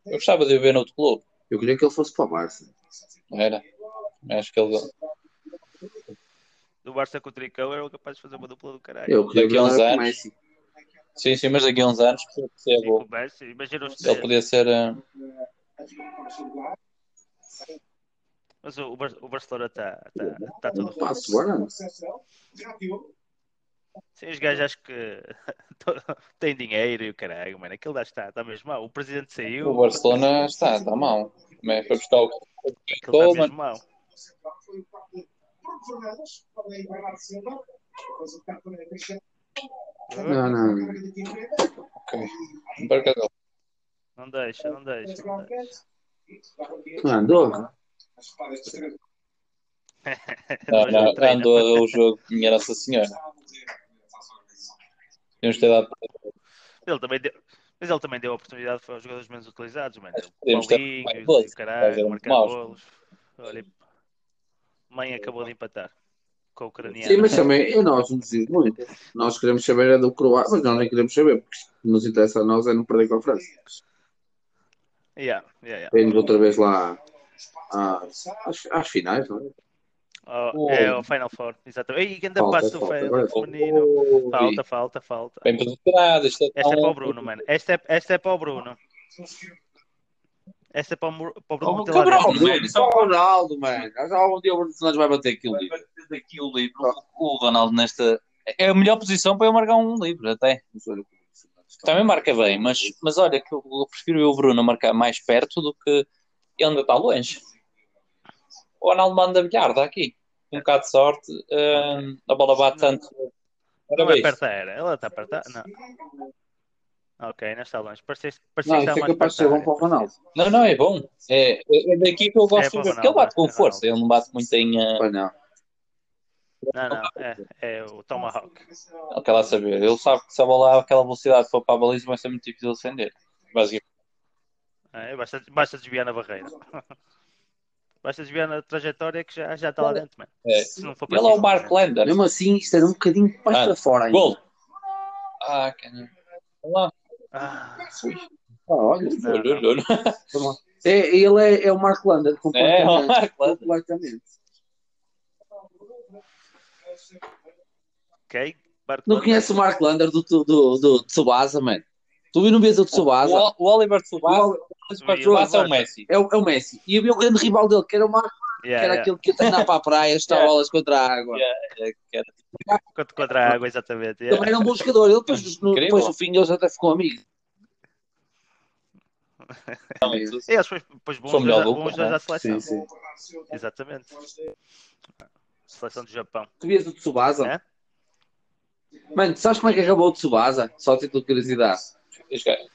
[SPEAKER 3] Eu gostava de o ver noutro clube.
[SPEAKER 1] Eu queria que ele fosse para o Barça.
[SPEAKER 3] Não era? Acho que ele.
[SPEAKER 2] Do Barça com o Tricão era capaz de fazer uma dupla do caralho.
[SPEAKER 1] Eu queria
[SPEAKER 3] Daqui
[SPEAKER 1] que ele
[SPEAKER 3] a uns
[SPEAKER 1] era
[SPEAKER 3] anos.
[SPEAKER 1] Messi.
[SPEAKER 3] Sim, sim, mas daqui a uns anos pode ser
[SPEAKER 2] Sim,
[SPEAKER 3] bom.
[SPEAKER 2] com o Messi, imagina os
[SPEAKER 3] Ele
[SPEAKER 2] três.
[SPEAKER 3] podia ser. ah,
[SPEAKER 2] Mas o, o Bar- o Barcelona está tá, tá tudo.
[SPEAKER 1] Passo, bora.
[SPEAKER 2] Sim, os gajos acho que to- têm dinheiro e o caralho, mano. Aquilo lá está, está mesmo mal. O presidente saiu,
[SPEAKER 3] O Barcelona está, está mal. Também é foi buscar o.
[SPEAKER 2] aquilo está
[SPEAKER 3] Toma.
[SPEAKER 2] mesmo mal.
[SPEAKER 1] Não, não. não.
[SPEAKER 3] Ok. Por acaso,
[SPEAKER 2] Não deixa, não deixa. Não deixa.
[SPEAKER 1] Não andou.
[SPEAKER 3] Não,
[SPEAKER 2] Não,
[SPEAKER 3] não,
[SPEAKER 2] não treina.
[SPEAKER 3] andou o jogo, minha Nossa Senhora. Temos de ter dado.
[SPEAKER 2] Ele também deu- Mas ele também deu oportunidade para os jogadores menos utilizados, mano.
[SPEAKER 3] Acho que podemos ter
[SPEAKER 2] Paulinho,
[SPEAKER 3] mais golos,
[SPEAKER 2] o
[SPEAKER 3] fazer
[SPEAKER 2] caralho,
[SPEAKER 3] uns
[SPEAKER 2] marcar
[SPEAKER 3] maus.
[SPEAKER 2] golos. Olha, mãe acabou de empatar com o ucraniano.
[SPEAKER 1] Sim, mas também eu, nós não dizemos muito. Nós queremos saber é do Croácia, mas nós nem queremos saber, porque o que nos interessa a nós é não perder com a França.
[SPEAKER 2] Yeah, yeah, yeah.
[SPEAKER 1] Vemos outra vez lá Ah. à- às, às finais, não é?
[SPEAKER 2] Oh,
[SPEAKER 3] Oh.
[SPEAKER 2] É o Final Four, exatamente. Ei, grande
[SPEAKER 1] Falta,
[SPEAKER 2] passo do
[SPEAKER 1] falta,
[SPEAKER 2] Fel,
[SPEAKER 1] vai,
[SPEAKER 2] menino.
[SPEAKER 3] Ui,
[SPEAKER 2] Falta, falta, falta.
[SPEAKER 3] Bem posicionado. Isto é
[SPEAKER 2] Esta é
[SPEAKER 3] tão-
[SPEAKER 2] para o Bruno, mano. Esta é, esta é para o Bruno. Esta é para o, Mur- para o Bruno
[SPEAKER 1] Oh,
[SPEAKER 2] meter lá
[SPEAKER 1] cabrão,
[SPEAKER 2] dentro.
[SPEAKER 1] mano, só o Ronaldo, mano. Já algum dia o Bruno Fernandes vai bater aquilo ali.
[SPEAKER 3] daqui o livro. O Ronaldo nesta é a melhor posição para eu marcar um livro até. Também marca bem, mas, mas olha que eu, eu prefiro eu o Bruno marcar mais perto do que ele ainda está longe. O Ronaldo manda bilharda aqui. Um bocado de sorte. hum, a bola bate tanto. Ora
[SPEAKER 2] é Não é
[SPEAKER 3] bem,
[SPEAKER 2] perto da era. Ela está perto da... tá- Não. Ok, não está longe. Parecia parecia
[SPEAKER 1] Não,
[SPEAKER 2] que
[SPEAKER 1] isso
[SPEAKER 2] estava
[SPEAKER 1] é capaz
[SPEAKER 2] mais
[SPEAKER 1] de
[SPEAKER 2] perto
[SPEAKER 1] ser
[SPEAKER 2] da
[SPEAKER 1] bom
[SPEAKER 2] área,
[SPEAKER 1] para o Ronaldo.
[SPEAKER 3] não, não, é bom. É, é daqui que eu
[SPEAKER 2] É
[SPEAKER 3] gosto
[SPEAKER 2] para o
[SPEAKER 3] de ver, porque
[SPEAKER 2] Ronaldo,
[SPEAKER 3] ele bate com
[SPEAKER 2] é
[SPEAKER 3] força. Ele não bate muito em. Uh,
[SPEAKER 1] Pois não.
[SPEAKER 2] Não, não, é, é o Tomahawk.
[SPEAKER 3] quer lá saber. Ele sabe que se a bola àquela velocidade for para a baliza, vai ser muito difícil de acender. Basicamente.
[SPEAKER 2] É, basta, basta desviar na barreira. Basta desviar na trajetória que já, já está lá dentro, mano.
[SPEAKER 3] É.
[SPEAKER 2] Se não for
[SPEAKER 3] Ele é o Mark Lander.
[SPEAKER 1] Mesmo assim, isto era um bocadinho mais
[SPEAKER 3] Ah,
[SPEAKER 1] para fora ainda.
[SPEAKER 3] Gol! Ah, caramba. Olá.
[SPEAKER 1] Ah,
[SPEAKER 2] Ah,
[SPEAKER 1] olha.
[SPEAKER 2] Não, não.
[SPEAKER 3] Olho, olho.
[SPEAKER 1] É, ele é, é o Mark Lander
[SPEAKER 3] É, o
[SPEAKER 1] completamente. né?
[SPEAKER 3] Mark Lander.
[SPEAKER 1] completamente.
[SPEAKER 2] ok. Mark
[SPEAKER 1] Não
[SPEAKER 2] Lander.
[SPEAKER 1] conhece o Mark Lander do, do, do, do Tsubasa, mano? Tu não vês o Tsubasa?
[SPEAKER 3] O, o Oliver Tsubasa
[SPEAKER 1] O-
[SPEAKER 3] o Oliver Tsubasa é o Messi.
[SPEAKER 1] É, o, é o Messi. E havia um grande rival dele, que era o Mark, que
[SPEAKER 2] Yeah,
[SPEAKER 1] era
[SPEAKER 2] yeah.
[SPEAKER 1] aquele que treinava para a praia, as
[SPEAKER 3] Yeah.
[SPEAKER 1] bolas contra a água.
[SPEAKER 3] Yeah. É, que era-
[SPEAKER 2] Contra, contra a água, exatamente.
[SPEAKER 1] Também
[SPEAKER 2] Yeah.
[SPEAKER 1] era um bom jogador. Ele depois, no,
[SPEAKER 3] Incrível.
[SPEAKER 1] depois no fim, eles até ficou amigo.
[SPEAKER 3] então,
[SPEAKER 2] E eles depois, depois bons
[SPEAKER 3] Sou melhor
[SPEAKER 2] dois-
[SPEAKER 3] dupla,
[SPEAKER 2] bons dois
[SPEAKER 3] né?
[SPEAKER 2] à seleção.
[SPEAKER 1] sim.
[SPEAKER 2] Exatamente. Seleção do Japão.
[SPEAKER 1] Tu vias o Tsubasa?
[SPEAKER 2] É?
[SPEAKER 1] Mano, tu sabes como é que acabou o Tsubasa? Só a título de curiosidade.
[SPEAKER 3] Este gajo-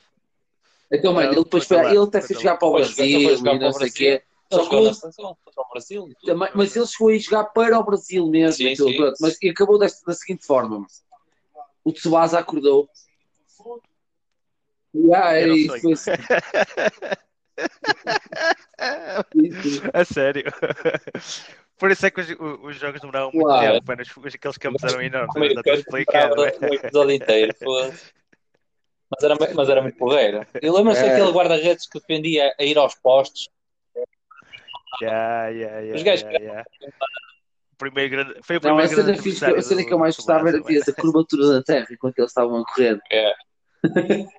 [SPEAKER 1] Então, mano, ele depois foi, ele até foi jogar para o
[SPEAKER 3] é Foi jogar-
[SPEAKER 1] Brasil
[SPEAKER 3] foi jogar
[SPEAKER 1] e
[SPEAKER 3] para
[SPEAKER 1] não
[SPEAKER 3] o
[SPEAKER 1] sei o
[SPEAKER 3] Brasil.
[SPEAKER 1] quê.
[SPEAKER 3] Ele
[SPEAKER 1] Só que
[SPEAKER 3] jogou
[SPEAKER 1] o
[SPEAKER 3] na seleção contra o Brasil.
[SPEAKER 1] Também- mas ele chegou a ir jogar para o Brasil mesmo.
[SPEAKER 3] Sim,
[SPEAKER 1] aquilo,
[SPEAKER 3] sim.
[SPEAKER 1] pronto, mas e acabou desta, da seguinte forma: o Tsubasa acordou. Ah, é
[SPEAKER 2] Era um
[SPEAKER 1] isso,
[SPEAKER 2] sonho.
[SPEAKER 1] isso, isso.
[SPEAKER 2] A É sério. Por isso é que os, o- os jogos demoraram muito
[SPEAKER 1] Claro.
[SPEAKER 2] tempo, mano. Os- Aqueles campos eram enormes.
[SPEAKER 3] O meio
[SPEAKER 2] Não estou
[SPEAKER 3] campo
[SPEAKER 2] explicando.
[SPEAKER 3] o episódio inteiro. foda-se. Mas era, mas era muito porreira. Eu lembro-me
[SPEAKER 1] É.
[SPEAKER 3] daquele guarda-redes que defendia a ir aos postos.
[SPEAKER 2] Yeah, yeah, yeah,
[SPEAKER 3] Os gajos-
[SPEAKER 2] yeah, yeah. Primeiro grande, foi o
[SPEAKER 1] Não,
[SPEAKER 3] é
[SPEAKER 1] é a
[SPEAKER 2] primeiro
[SPEAKER 1] cena,
[SPEAKER 2] grande
[SPEAKER 1] fixe,
[SPEAKER 2] adversário
[SPEAKER 1] a cena
[SPEAKER 2] do-
[SPEAKER 1] que eu mais
[SPEAKER 2] do
[SPEAKER 1] gostava era
[SPEAKER 2] Brasil,
[SPEAKER 1] ver a curvatura da terra enquanto eles estavam a correr.
[SPEAKER 2] mano.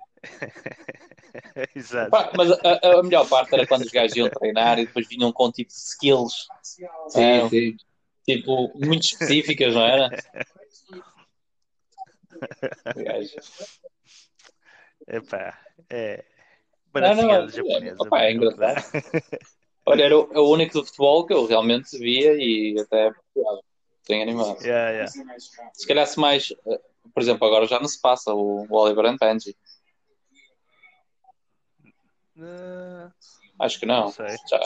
[SPEAKER 2] Exato.
[SPEAKER 3] Pá, mas a, a- a melhor parte era quando os gajos iam treinar e depois vinham com tipo skills
[SPEAKER 1] Sim,
[SPEAKER 3] É.
[SPEAKER 1] sim.
[SPEAKER 3] tipo, muito específicas, não era? Gajo.
[SPEAKER 2] Epá, é.
[SPEAKER 3] Não, não,
[SPEAKER 2] Braciada
[SPEAKER 3] é-
[SPEAKER 2] japonesa.
[SPEAKER 3] opá, é
[SPEAKER 2] mano.
[SPEAKER 3] engraçado. Olha, era o, é o único do futebol que eu realmente via e até apreciava. tenho animado.
[SPEAKER 2] Yeah, yeah.
[SPEAKER 3] Se calhar se mais, eh, por exemplo, agora já não se passa o, o Oliver and Benji.
[SPEAKER 2] Ah,
[SPEAKER 3] Acho que não.
[SPEAKER 2] Não sei.
[SPEAKER 3] Já.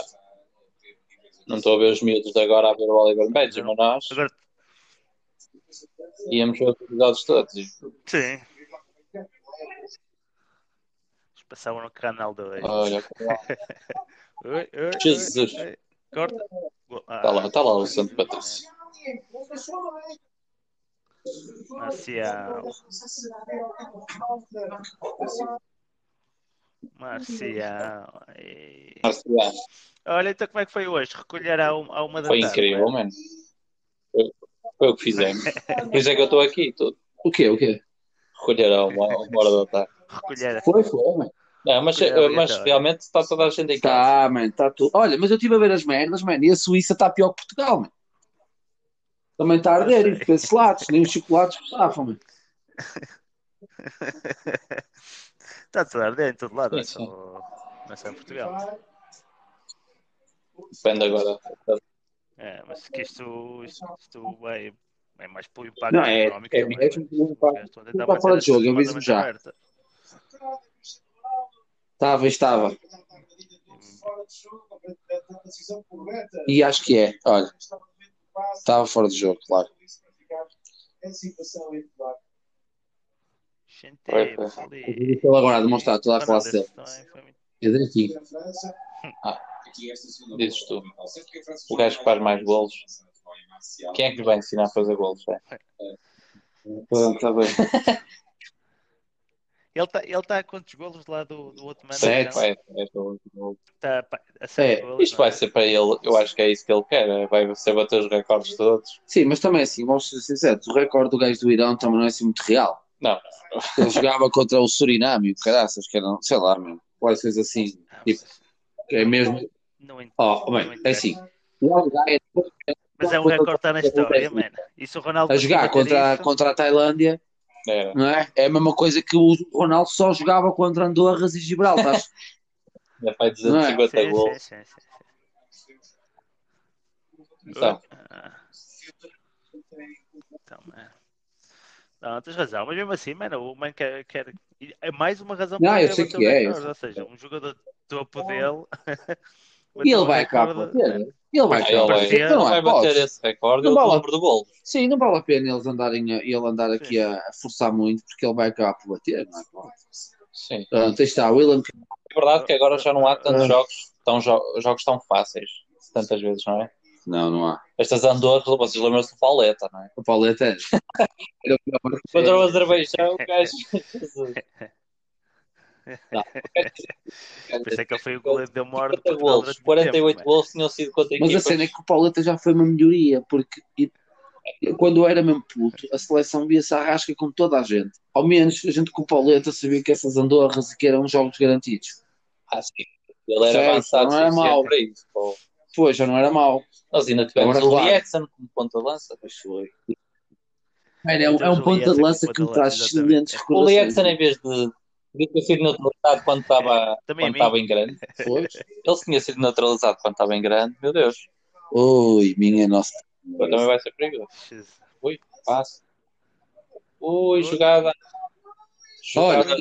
[SPEAKER 3] Não estou a ver os miúdos de agora a ver o Oliver and Benji, mas nós
[SPEAKER 2] Agora,
[SPEAKER 3] íamos ver os episódios todos.
[SPEAKER 2] sim. Eles passavam um no canal 2.
[SPEAKER 3] Olha, está
[SPEAKER 2] Ui, ui, ui,
[SPEAKER 3] Ah, Jesus.
[SPEAKER 2] ui. Corta. Ah,
[SPEAKER 3] lá, tá lá o Santo Patrício.
[SPEAKER 2] Marcial. Marcial. Ei.
[SPEAKER 3] Nossa, já.
[SPEAKER 2] Olha, então como é que foi hoje? Recolher à, um- à uma da
[SPEAKER 3] Foi
[SPEAKER 2] tarde.
[SPEAKER 3] incrível, mano. Foi, foi o que fizemos. Por isso é que eu estou aqui, estou
[SPEAKER 1] O quê? O quê?
[SPEAKER 3] a recolher a uma, a uma hora da tarde.
[SPEAKER 2] Recolher.
[SPEAKER 1] Foi, foi, man.
[SPEAKER 3] Não, mas,
[SPEAKER 2] Recolher então,
[SPEAKER 3] eh, mas
[SPEAKER 2] aleatório.
[SPEAKER 3] realmente está toda a gente em casa.
[SPEAKER 1] Tá, man, tá tudo. Olha, mas eu estive a ver as merdas, man, e a Suíça está pior que Portugal, man. Também está a arder, e fica lados, nem os chocolates que safam, man.
[SPEAKER 2] Está tudo a arder em todo lado, não é
[SPEAKER 3] Sim,
[SPEAKER 2] só, não é só em Portugal.
[SPEAKER 3] Depende agora.
[SPEAKER 2] É, mas que isto, isto, isto vai, é mais pelo impacto
[SPEAKER 1] Não, é,
[SPEAKER 2] económico.
[SPEAKER 1] é
[SPEAKER 2] também,
[SPEAKER 1] mesmo
[SPEAKER 2] mas
[SPEAKER 1] um impacto.
[SPEAKER 2] estou a tentar
[SPEAKER 1] Vamos para fora de jogo,
[SPEAKER 2] manter
[SPEAKER 1] eu
[SPEAKER 2] esta
[SPEAKER 1] aviso-me já.
[SPEAKER 2] aberta.
[SPEAKER 1] Estava, estava. é E acho que é, olha, estava fora de jogo, claro.
[SPEAKER 2] Gente,
[SPEAKER 3] Foi, foi.
[SPEAKER 2] ali.
[SPEAKER 1] Ele agora a demonstrar toda a classe dele.
[SPEAKER 2] Também foi muito-
[SPEAKER 1] É direitinho. Ah.
[SPEAKER 3] Dizes tu. O gajo que faz mais golos. Quem é que nos vai ensinar a fazer gols? É?
[SPEAKER 1] Está Tá bem.
[SPEAKER 2] Ele está ele tá a quantos golos lá do, do outro mano?
[SPEAKER 1] Sete,
[SPEAKER 2] Não?
[SPEAKER 3] Vai, vai, vai.
[SPEAKER 2] Tá, pá, a sete
[SPEAKER 1] É,
[SPEAKER 2] então. golos,
[SPEAKER 3] Isto
[SPEAKER 2] não é?
[SPEAKER 3] vai ser para ele, eu acho que é isso que ele quer. é, Vai ser bater os recordes todos.
[SPEAKER 1] Sim, mas também assim, vamos ser sinceros, o recorde do gajo do Irão também não é assim muito real.
[SPEAKER 3] Não.
[SPEAKER 1] Ele jogava contra o Suriname, o caraças, que eram, sei lá, mesmo. Coisas assim,
[SPEAKER 2] Ah,
[SPEAKER 1] tipo, é mesmo.
[SPEAKER 2] não ent-
[SPEAKER 1] Ó,
[SPEAKER 2] não
[SPEAKER 1] bem, é
[SPEAKER 2] interessa.
[SPEAKER 1] assim. O Algarve,
[SPEAKER 2] Mas é um recorde que está na história, mano. Isso o Ronaldo
[SPEAKER 1] a jogar
[SPEAKER 2] conseguiu bater
[SPEAKER 1] contra,
[SPEAKER 2] isso,
[SPEAKER 1] contra a Tailândia,
[SPEAKER 3] Era.
[SPEAKER 1] não é? É a mesma coisa que o Ronaldo só jogava contra Andorras e Gibraltar.
[SPEAKER 3] Ainda faz
[SPEAKER 1] Não é?
[SPEAKER 3] 250
[SPEAKER 2] sim,
[SPEAKER 3] gols.
[SPEAKER 2] sim, sim, sim.
[SPEAKER 3] Então,
[SPEAKER 2] Ah. Então, mano. Não, tens razão, mas mesmo assim, mano, o man quer, quer- e É mais uma razão
[SPEAKER 1] Não, eu
[SPEAKER 2] ele
[SPEAKER 1] sei
[SPEAKER 2] bater
[SPEAKER 1] que
[SPEAKER 2] o
[SPEAKER 1] é, eu
[SPEAKER 2] recorde,
[SPEAKER 1] sei
[SPEAKER 2] ou seja, um jogador do topo dele.
[SPEAKER 1] e ele
[SPEAKER 2] bateu
[SPEAKER 1] vai
[SPEAKER 2] um
[SPEAKER 1] cá
[SPEAKER 2] recorde.
[SPEAKER 1] bater. Ele vai
[SPEAKER 3] Ah,
[SPEAKER 1] cá
[SPEAKER 3] ele vai-
[SPEAKER 1] bater. Então não
[SPEAKER 3] vai
[SPEAKER 1] é
[SPEAKER 3] bater
[SPEAKER 1] hipótese.
[SPEAKER 3] esse recorde
[SPEAKER 1] Não
[SPEAKER 3] eu
[SPEAKER 1] vale.
[SPEAKER 3] dobro do gol.
[SPEAKER 1] Sim, não vale a pena eles andarem a, ele andar aqui a, a forçar muito, porque ele vai acabar por bater, não é?
[SPEAKER 3] Sim.
[SPEAKER 1] Pronto, aí está, o Elan
[SPEAKER 3] É verdade que agora já não há tantos
[SPEAKER 1] Ah.
[SPEAKER 3] jogos tão, jo- jogos tão fáceis. Tantas vezes, não é?
[SPEAKER 1] Não, não há.
[SPEAKER 3] Estas Andorras, vocês lembram-se do Pauleta, não é?
[SPEAKER 1] O Paulo é até. Era o pior marcador.
[SPEAKER 3] Contra o Azerbaijão, o gajo. Jesus.
[SPEAKER 2] Por isso é que ele foi o goleiro da morte de
[SPEAKER 3] 50
[SPEAKER 2] Portugal
[SPEAKER 3] gols,
[SPEAKER 2] durante muito
[SPEAKER 3] 48
[SPEAKER 2] tempo, é? mano.
[SPEAKER 3] gols tinham sido contra
[SPEAKER 1] Mas a
[SPEAKER 3] equipas.
[SPEAKER 1] cena é que o Pauleta já foi uma melhoria, porque e- quando eu era mesmo puto, a seleção via-se à rasca com toda a gente. Ao menos a gente com o Pauleta sabia que essas Andorras que eram jogos garantidos.
[SPEAKER 3] Ah, sim. Ele era
[SPEAKER 1] Certo,
[SPEAKER 3] avançado
[SPEAKER 1] não era
[SPEAKER 3] suficiente
[SPEAKER 1] mau.
[SPEAKER 3] para isso. pô.
[SPEAKER 1] Pois, já não era mau.
[SPEAKER 3] Nós ainda tivemos
[SPEAKER 1] Agora,
[SPEAKER 3] o
[SPEAKER 1] claro.
[SPEAKER 3] Lietzen como ponta-lança.
[SPEAKER 1] Mas foi. Mano, é um, é um ponto de lança que me traz excelentes
[SPEAKER 3] O
[SPEAKER 1] recordações.
[SPEAKER 3] Lietzen, em vez de, de ter sido neutralizado quando estava,
[SPEAKER 2] É, Também a mim.
[SPEAKER 3] quando estava em grande,
[SPEAKER 1] Foi.
[SPEAKER 3] ele tinha sido neutralizado quando estava em grande, meu Deus.
[SPEAKER 1] Ui, minha nossa.
[SPEAKER 3] Agora
[SPEAKER 2] Então,
[SPEAKER 3] Também vai ser perigoso.
[SPEAKER 2] Jesus.
[SPEAKER 3] Passo. Ui, jogada. Jogada.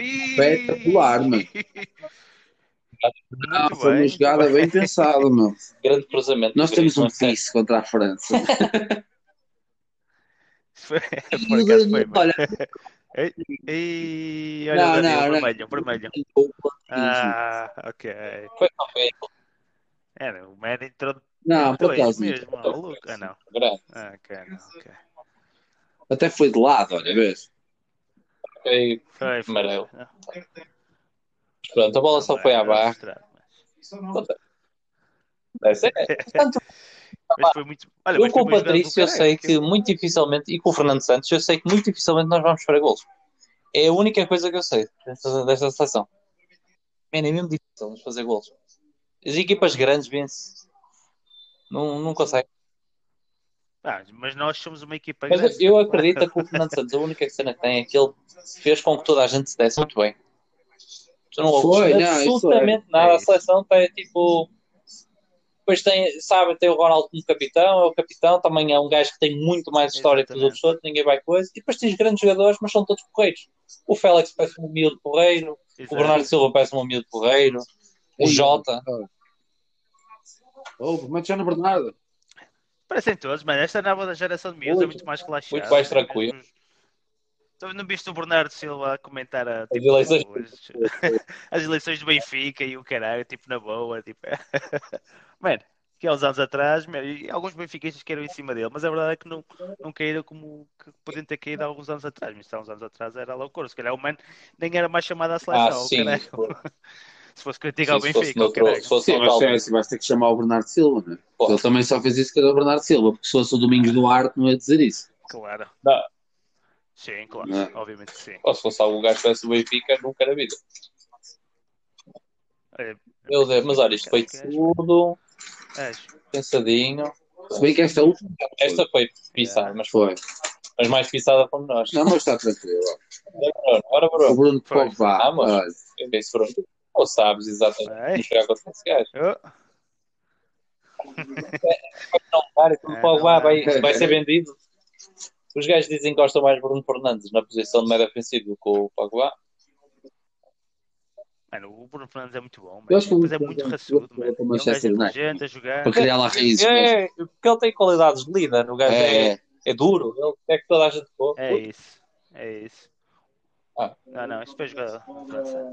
[SPEAKER 1] Espetacular, mano.
[SPEAKER 2] Muito
[SPEAKER 1] Ah, foi uma
[SPEAKER 2] bem.
[SPEAKER 1] jogada bem pensada, meu.
[SPEAKER 3] Grande cruzamento.
[SPEAKER 1] Nós temos um
[SPEAKER 3] Não sei.
[SPEAKER 1] piso contra a França.
[SPEAKER 2] Foi, por acaso foi, mano. Ei, olha
[SPEAKER 1] Não,
[SPEAKER 2] o Danilo,
[SPEAKER 1] não, não.
[SPEAKER 2] vermelho, um vermelho. Ah, ok.
[SPEAKER 3] Foi tão bem,
[SPEAKER 2] Era, o Manny entrou
[SPEAKER 1] Não, por
[SPEAKER 2] dois
[SPEAKER 1] acaso.
[SPEAKER 2] então é mesmo, maluco. Ah, não.
[SPEAKER 3] grande.
[SPEAKER 2] Ah, ok, não, ok.
[SPEAKER 1] Até foi de lado, olha, vês?
[SPEAKER 3] Foi-
[SPEAKER 2] Foi, foi. Ah,
[SPEAKER 3] Amarelo.
[SPEAKER 2] Não,
[SPEAKER 3] Pronto, a bola só
[SPEAKER 2] não,
[SPEAKER 3] foi à
[SPEAKER 2] não,
[SPEAKER 3] barra.
[SPEAKER 2] mostrado, mas-
[SPEAKER 3] Deve ser. Portanto,
[SPEAKER 2] Mas foi muito. Olha,
[SPEAKER 3] eu
[SPEAKER 2] mas foi
[SPEAKER 3] com é. o
[SPEAKER 2] uma jogada do
[SPEAKER 3] Patrício, eu
[SPEAKER 2] caralho,
[SPEAKER 3] sei é que muito dificilmente, e com o Fernando Santos, eu sei que muito dificilmente nós vamos para gols. É a única coisa que eu sei desta, desta seleção. Man, é mesmo difícil nos fazer gols. As equipas grandes vêm-se. Não, não conseguem.
[SPEAKER 2] Ah, mas nós somos uma equipa
[SPEAKER 3] Mas é
[SPEAKER 2] grande.
[SPEAKER 3] eu- eu acredito que o Fernando Santos, a única cena que tem é que ele fez com que toda a gente se desse muito bem. Tu não ouves
[SPEAKER 1] Foi, não, isso é-
[SPEAKER 3] absolutamente nada.
[SPEAKER 2] é
[SPEAKER 3] a seleção é tipo. Depois tem, sabe, tem o Ronaldo como capitão, é o capitão, também é um gajo que tem muito mais história que os
[SPEAKER 2] Exatamente.
[SPEAKER 3] outros todos, ninguém vai coisa. E depois tens grandes jogadores, mas são todos porreiros. O Félix parece um humilde porreiro,
[SPEAKER 2] Exato.
[SPEAKER 3] o Bernardo Silva parece um humilde porreiro, o
[SPEAKER 1] Ei,
[SPEAKER 3] Jota.
[SPEAKER 1] Oh, mas já no Bernardo.
[SPEAKER 2] Parecem todos, mas esta nova da geração de miúdos é muito mais relaxada. né?
[SPEAKER 3] Muito mais tranquilo.
[SPEAKER 2] Tu não viste o um Bernardo Silva a comentar a, tipo,
[SPEAKER 3] eleições.
[SPEAKER 2] as, as eleições do Benfica e o caralho, tipo, na boa, tipo... Mano, que há uns anos atrás, mano, e alguns benfiquistas caíram em cima dele, mas a verdade é que não, não caíram como que podiam ter caído há alguns anos atrás. Mas há uns anos atrás era loucura. Se calhar o Mano nem era mais chamado à
[SPEAKER 3] Ah,
[SPEAKER 2] seleção, o
[SPEAKER 3] sim.
[SPEAKER 2] caralho. Se fosse criticar o
[SPEAKER 3] Sim, se fosse
[SPEAKER 2] Benfica, o
[SPEAKER 3] noutro-
[SPEAKER 2] caralho.
[SPEAKER 3] se fosse
[SPEAKER 1] Sim,
[SPEAKER 3] noutro
[SPEAKER 1] mas é,
[SPEAKER 3] alto.
[SPEAKER 1] assim, vais ter que chamar o Bernardo Silva, né?
[SPEAKER 3] Pô.
[SPEAKER 1] Ele também só fez isso que era o Bernardo Silva, porque se fosse o Domingos Duarte não ia dizer isso.
[SPEAKER 2] Claro.
[SPEAKER 3] Não.
[SPEAKER 2] Sim, claro.
[SPEAKER 1] Não.
[SPEAKER 2] Obviamente que sim.
[SPEAKER 3] Ou se fosse algum gajo que tivesse o Benfica, nunca na vida.
[SPEAKER 2] Olha,
[SPEAKER 3] Meu Deus, mas
[SPEAKER 2] é
[SPEAKER 3] olha, isto foi tudo
[SPEAKER 2] és-
[SPEAKER 3] pensadinho.
[SPEAKER 1] Se bem que esta última
[SPEAKER 3] Esta foi
[SPEAKER 2] É.
[SPEAKER 3] pisada, mas,
[SPEAKER 1] foi.
[SPEAKER 3] mas mais pisada fomos nós.
[SPEAKER 1] Não, mas está tranquilo.
[SPEAKER 3] Olha, Bruno, Ora,
[SPEAKER 1] O
[SPEAKER 3] Bruno,
[SPEAKER 1] Bruno
[SPEAKER 2] Foi.
[SPEAKER 1] Pogba.
[SPEAKER 3] Ah, mas-
[SPEAKER 1] olha,
[SPEAKER 3] eu disse, Bruno, ou sabes exatamente é
[SPEAKER 2] Vai.
[SPEAKER 3] como jogar contra esse gajo.
[SPEAKER 2] Oh,
[SPEAKER 3] Não, para, tudo
[SPEAKER 2] É,
[SPEAKER 3] para lá,
[SPEAKER 2] não é.
[SPEAKER 3] vai, vai ser vendido. Os gajos dizem que gostam mais de Bruno Fernandes na posição de médio ofensivo do que o Pogba.
[SPEAKER 2] mano, o Bruno Fernandes é muito bom, mano.
[SPEAKER 1] Eu acho que o
[SPEAKER 2] Mas é
[SPEAKER 1] Bruno
[SPEAKER 2] muito
[SPEAKER 1] Fernandes
[SPEAKER 2] raçudo,
[SPEAKER 1] jogou
[SPEAKER 2] mano. É
[SPEAKER 1] para
[SPEAKER 2] um gajo
[SPEAKER 1] Manchester United.
[SPEAKER 2] inteligente a jogar.
[SPEAKER 1] Para criar lá raízes. né?
[SPEAKER 3] É, porque ele tem qualidades de líder, o gajo é,
[SPEAKER 1] É,
[SPEAKER 3] é duro, ele quer que toda a gente for.
[SPEAKER 2] É isso. É isso.
[SPEAKER 3] Ah.
[SPEAKER 2] Não, não, isso foi jogar na França.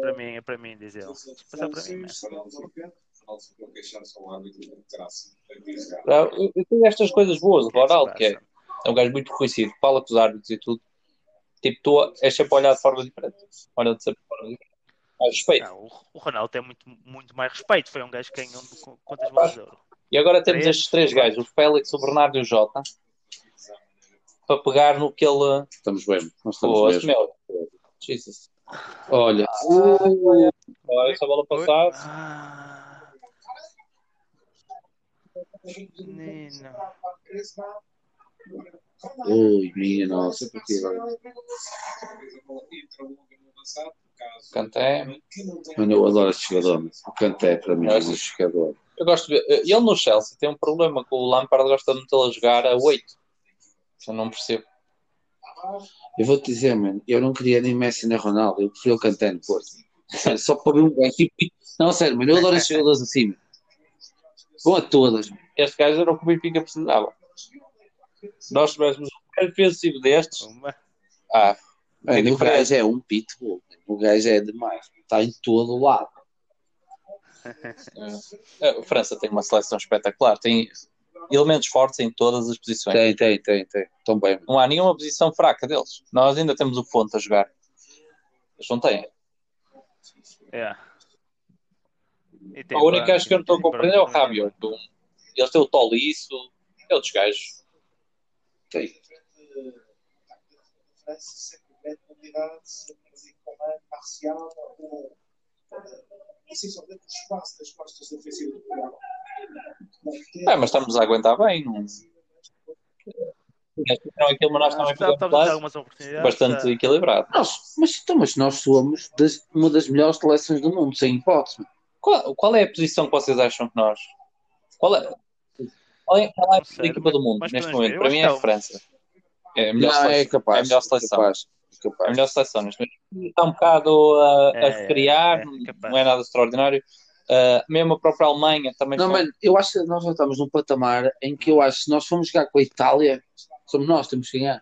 [SPEAKER 2] Para mim, é para mim, diz ele. Se passar para mim, mano. É
[SPEAKER 3] Ah, Eu eu tenho estas coisas boas, o
[SPEAKER 2] O que é que se
[SPEAKER 3] Ronaldo, que é,
[SPEAKER 2] passa?
[SPEAKER 3] é um gajo muito reconhecido, fala com os árbitros e tudo. Tipo, tu és sempre a olhar de forma diferente. Olha de sempre de forma diferente. Ah, respeito.
[SPEAKER 2] Não, o- o Ronaldo tem muito, muito mais respeito. Foi um gajo que ganhou co- quantas bolas de ouro.
[SPEAKER 3] E agora temos
[SPEAKER 2] Três.
[SPEAKER 3] estes três gajos, o Félix, o Bernardo e o Jota, para pegar no que ele.
[SPEAKER 1] estamos bem. Nós estamos
[SPEAKER 3] Pô,
[SPEAKER 1] mesmo.
[SPEAKER 3] meu. Jesus.
[SPEAKER 1] Olha,
[SPEAKER 3] Olha essa bola passar.
[SPEAKER 2] Ah, menino.
[SPEAKER 1] ui, minha nossa, porque agora
[SPEAKER 3] Canté.
[SPEAKER 1] Mano, eu adoro este jogador. mas O Kanté para mim é um jogador.
[SPEAKER 3] Eu gosto de ver. Ele no Chelsea tem um problema com o Lampard, gosta de metê-lo a jogar a 8. Eu não percebo.
[SPEAKER 1] Eu vou-te dizer, mano, eu não queria nem Messi nem Ronaldo, eu preferia o Kanté no Porto. Sério, só para ver um gajo. tipo- Não, sério, mano, eu adoro estes jogadores assim. mano. Bom a todas.
[SPEAKER 3] Este gajo era o que o Benfica precisava. Nós tivéssemos um cara defensivo destes.
[SPEAKER 2] Uma.
[SPEAKER 3] Ah,
[SPEAKER 1] Mano, o
[SPEAKER 3] diferente.
[SPEAKER 1] gajo é um pitbull. mano. O gajo é demais. Está em todo o lado.
[SPEAKER 3] A É, França tem uma seleção espetacular, tem elementos fortes em todas as posições.
[SPEAKER 1] Tem, tem, tem, tem. Estão bem, mano.
[SPEAKER 3] Não há nenhuma posição fraca deles. Nós ainda temos o Fonte a jogar. Eles não têm.
[SPEAKER 2] É. E tem
[SPEAKER 3] a única
[SPEAKER 2] banco,
[SPEAKER 3] acho que eu não estou a
[SPEAKER 2] tem
[SPEAKER 3] compreender é o
[SPEAKER 2] banco, tem
[SPEAKER 3] Rabiot.
[SPEAKER 2] banco.
[SPEAKER 3] Eles têm o Tolisso, é outros gajos.
[SPEAKER 1] Tem.
[SPEAKER 3] É, mas estamos a aguentar bem. Não... é? Não, é aquilo, mas nós
[SPEAKER 2] Ah, está-
[SPEAKER 3] também fizemos
[SPEAKER 2] está a dar
[SPEAKER 3] lá
[SPEAKER 2] algumas oportunidades.
[SPEAKER 3] bastante
[SPEAKER 2] está-
[SPEAKER 3] equilibrado.
[SPEAKER 1] Nós, mas, então, mas nós somos das- uma das melhores seleções do mundo, sem hipótese. mano.
[SPEAKER 3] Qual, qual é a posição que vocês acham que nós? Qual é, qual é, qual é a
[SPEAKER 2] Não sei,
[SPEAKER 3] equipa do mundo
[SPEAKER 2] mas
[SPEAKER 3] neste
[SPEAKER 2] podemos
[SPEAKER 3] momento?
[SPEAKER 2] ver.
[SPEAKER 3] Para
[SPEAKER 2] Eu
[SPEAKER 3] mim é
[SPEAKER 2] acho que é
[SPEAKER 3] a
[SPEAKER 2] o-
[SPEAKER 3] França. É a melhor
[SPEAKER 1] não,
[SPEAKER 3] seleção.
[SPEAKER 1] é capaz.
[SPEAKER 3] É a melhor seleção.
[SPEAKER 1] Capaz,
[SPEAKER 3] É a
[SPEAKER 1] capaz.
[SPEAKER 3] melhor seleção neste momento. Está um bocado a, a
[SPEAKER 2] É,
[SPEAKER 3] recriar,
[SPEAKER 2] é, é capaz.
[SPEAKER 3] não é nada extraordinário. Ah, mesmo a própria Alemanha também
[SPEAKER 1] Não,
[SPEAKER 3] foi-
[SPEAKER 1] mano, eu acho que nós já estamos num patamar em que eu acho que se nós formos jogar com a Itália, somos nós, temos que ganhar.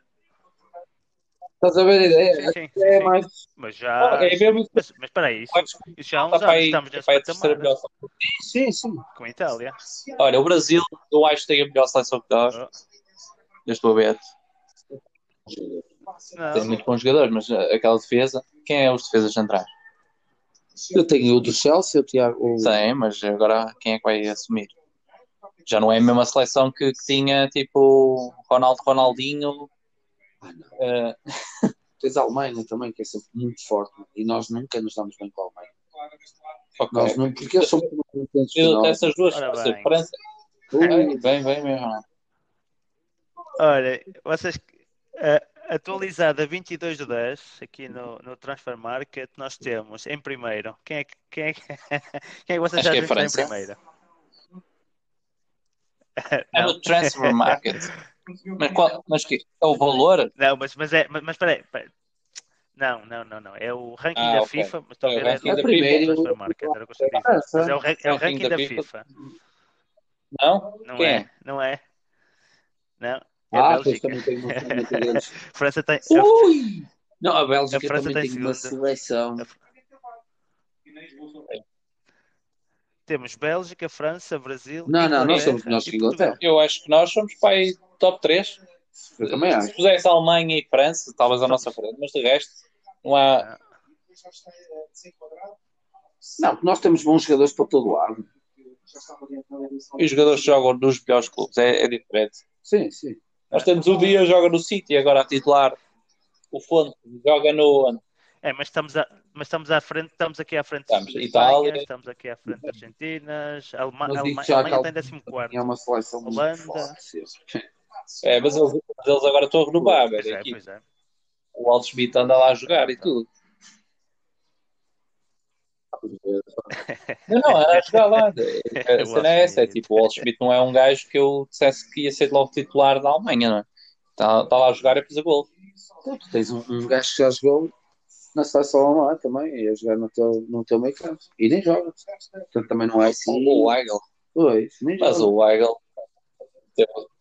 [SPEAKER 1] Estás a ver a
[SPEAKER 2] Sim,
[SPEAKER 1] ideia?
[SPEAKER 2] sim, sim,
[SPEAKER 1] É
[SPEAKER 2] sim.
[SPEAKER 1] mais.
[SPEAKER 2] Mas
[SPEAKER 3] Não,
[SPEAKER 2] já.
[SPEAKER 3] é mesmo
[SPEAKER 2] Mas, mas espera aí, isso,
[SPEAKER 3] Acho
[SPEAKER 2] isso já há uns
[SPEAKER 3] Está para
[SPEAKER 2] anos
[SPEAKER 3] aí-
[SPEAKER 2] estamos nesse
[SPEAKER 3] para aí a terceira
[SPEAKER 2] patamar né?
[SPEAKER 3] melhor
[SPEAKER 1] Sim, sim.
[SPEAKER 2] com a Itália.
[SPEAKER 3] seleção. Olha, o Brasil, eu acho que tem a melhor seleção que nós.
[SPEAKER 2] Oh.
[SPEAKER 3] Neste momento. Tem
[SPEAKER 2] Não,
[SPEAKER 3] muito bons jogadores, mas ah, aquela defesa. Quem é os defesas centrais?
[SPEAKER 1] Eu tenho o do Chelsea, o Tiago. O...
[SPEAKER 3] Tem, mas agora quem é que vai assumir? Já não é a mesma seleção que, que tinha tipo Ronaldo Ronaldinho.
[SPEAKER 1] Ah, não.
[SPEAKER 3] ah,
[SPEAKER 1] Tens a Alemanha também, que é sempre muito forte, mano, e nós nunca nos damos bem com a Alemanha.
[SPEAKER 3] Ok.
[SPEAKER 1] Nós não, porque eles são competentes.
[SPEAKER 3] É. Eu até essas duas
[SPEAKER 2] Ora
[SPEAKER 3] forças.
[SPEAKER 2] bem.
[SPEAKER 3] França. Bem, bem, bem mesmo.
[SPEAKER 2] Ora, vocês eh, atualizada 22 de 10 aqui no, no Transfer Market, nós temos em primeiro. Quem é que, quem é que, quem é que vocês
[SPEAKER 3] Acho
[SPEAKER 2] acham
[SPEAKER 3] que é
[SPEAKER 2] que está em
[SPEAKER 3] França.
[SPEAKER 2] primeiro?
[SPEAKER 3] É
[SPEAKER 2] Não.
[SPEAKER 3] no transfer market. Mas qual? Mas que? É o valor?
[SPEAKER 2] Não, mas, mas é, mas, mas peraí, peraí. Não, não, não, não. É o ranking
[SPEAKER 3] Ah,
[SPEAKER 2] da
[SPEAKER 3] ok.
[SPEAKER 2] FIFA, mas estou a
[SPEAKER 3] É o
[SPEAKER 2] ver é
[SPEAKER 3] ranking
[SPEAKER 2] do
[SPEAKER 1] da FIFA.
[SPEAKER 2] primeiro Transfer Market, era o que eu sabia. Mas é o, ra- é o ranking da FIFA.
[SPEAKER 3] Não?
[SPEAKER 2] Não
[SPEAKER 3] Quem
[SPEAKER 2] é?
[SPEAKER 3] é?
[SPEAKER 2] Não é? Não. É
[SPEAKER 1] Ah, pois Uh!
[SPEAKER 2] Bélgica.
[SPEAKER 1] também tem uma muito grande.
[SPEAKER 2] França tem.
[SPEAKER 1] Ui! Não, a
[SPEAKER 2] A
[SPEAKER 1] Bélgica
[SPEAKER 2] França
[SPEAKER 1] também
[SPEAKER 2] tem
[SPEAKER 1] tem uma
[SPEAKER 2] segunda.
[SPEAKER 1] seleção.
[SPEAKER 2] Temos Bélgica, França, Brasil.
[SPEAKER 1] Não, não, nós
[SPEAKER 2] Inglaterra
[SPEAKER 1] somos melhores que
[SPEAKER 2] e Portugal. é.
[SPEAKER 1] Inglaterra.
[SPEAKER 3] Eu acho que nós somos para aí top 3.
[SPEAKER 1] Eu também acho.
[SPEAKER 3] Se pusesse Alemanha e França, talvez a nossa frente, mas de resto não há.
[SPEAKER 4] Já está eh, desenquadrado.
[SPEAKER 1] Não, porque nós temos bons jogadores para todo lado.
[SPEAKER 4] Já estava dentro da eleição.
[SPEAKER 3] E os jogadores jogam nos melhores clubes, é, é diferente.
[SPEAKER 1] Sim, sim.
[SPEAKER 3] Nós temos o Dia joga no City, agora a titular. O Fonte joga no.
[SPEAKER 2] É, mas estamos, a, mas estamos à frente, estamos aqui à frente
[SPEAKER 3] Estamos,
[SPEAKER 2] de
[SPEAKER 3] Itália.
[SPEAKER 2] Espanha, estamos aqui à frente de Argentinas, Alema,
[SPEAKER 1] Mas
[SPEAKER 2] Alema,
[SPEAKER 1] isso já
[SPEAKER 2] Alemanha
[SPEAKER 1] cal-
[SPEAKER 2] está em 14.
[SPEAKER 1] É uma seleção muito
[SPEAKER 2] Holanda.
[SPEAKER 1] forte. sim.
[SPEAKER 3] É, mas eles, mas eles agora estão a renovar,
[SPEAKER 2] Pois
[SPEAKER 3] velho, a
[SPEAKER 2] é,
[SPEAKER 3] equipa.
[SPEAKER 2] pois é.
[SPEAKER 3] O Aldo Smith anda lá a jogar e tudo. Não, não, era a jogar lá. A cena é essa, é tipo, o Waldschmidt não é um gajo que eu dissesse que ia ser logo titular da Alemanha, não é? Está lá a jogar e a fazer gol.
[SPEAKER 1] Então, tu tens um, um gajo que já jogou na seleção alemã também, e a jogar no teu, no teu meio campo. E nem joga. Portanto, também não é assim.
[SPEAKER 3] O Weigl.
[SPEAKER 1] Pois, nem
[SPEAKER 3] Mas
[SPEAKER 1] joga.
[SPEAKER 3] o Weigl.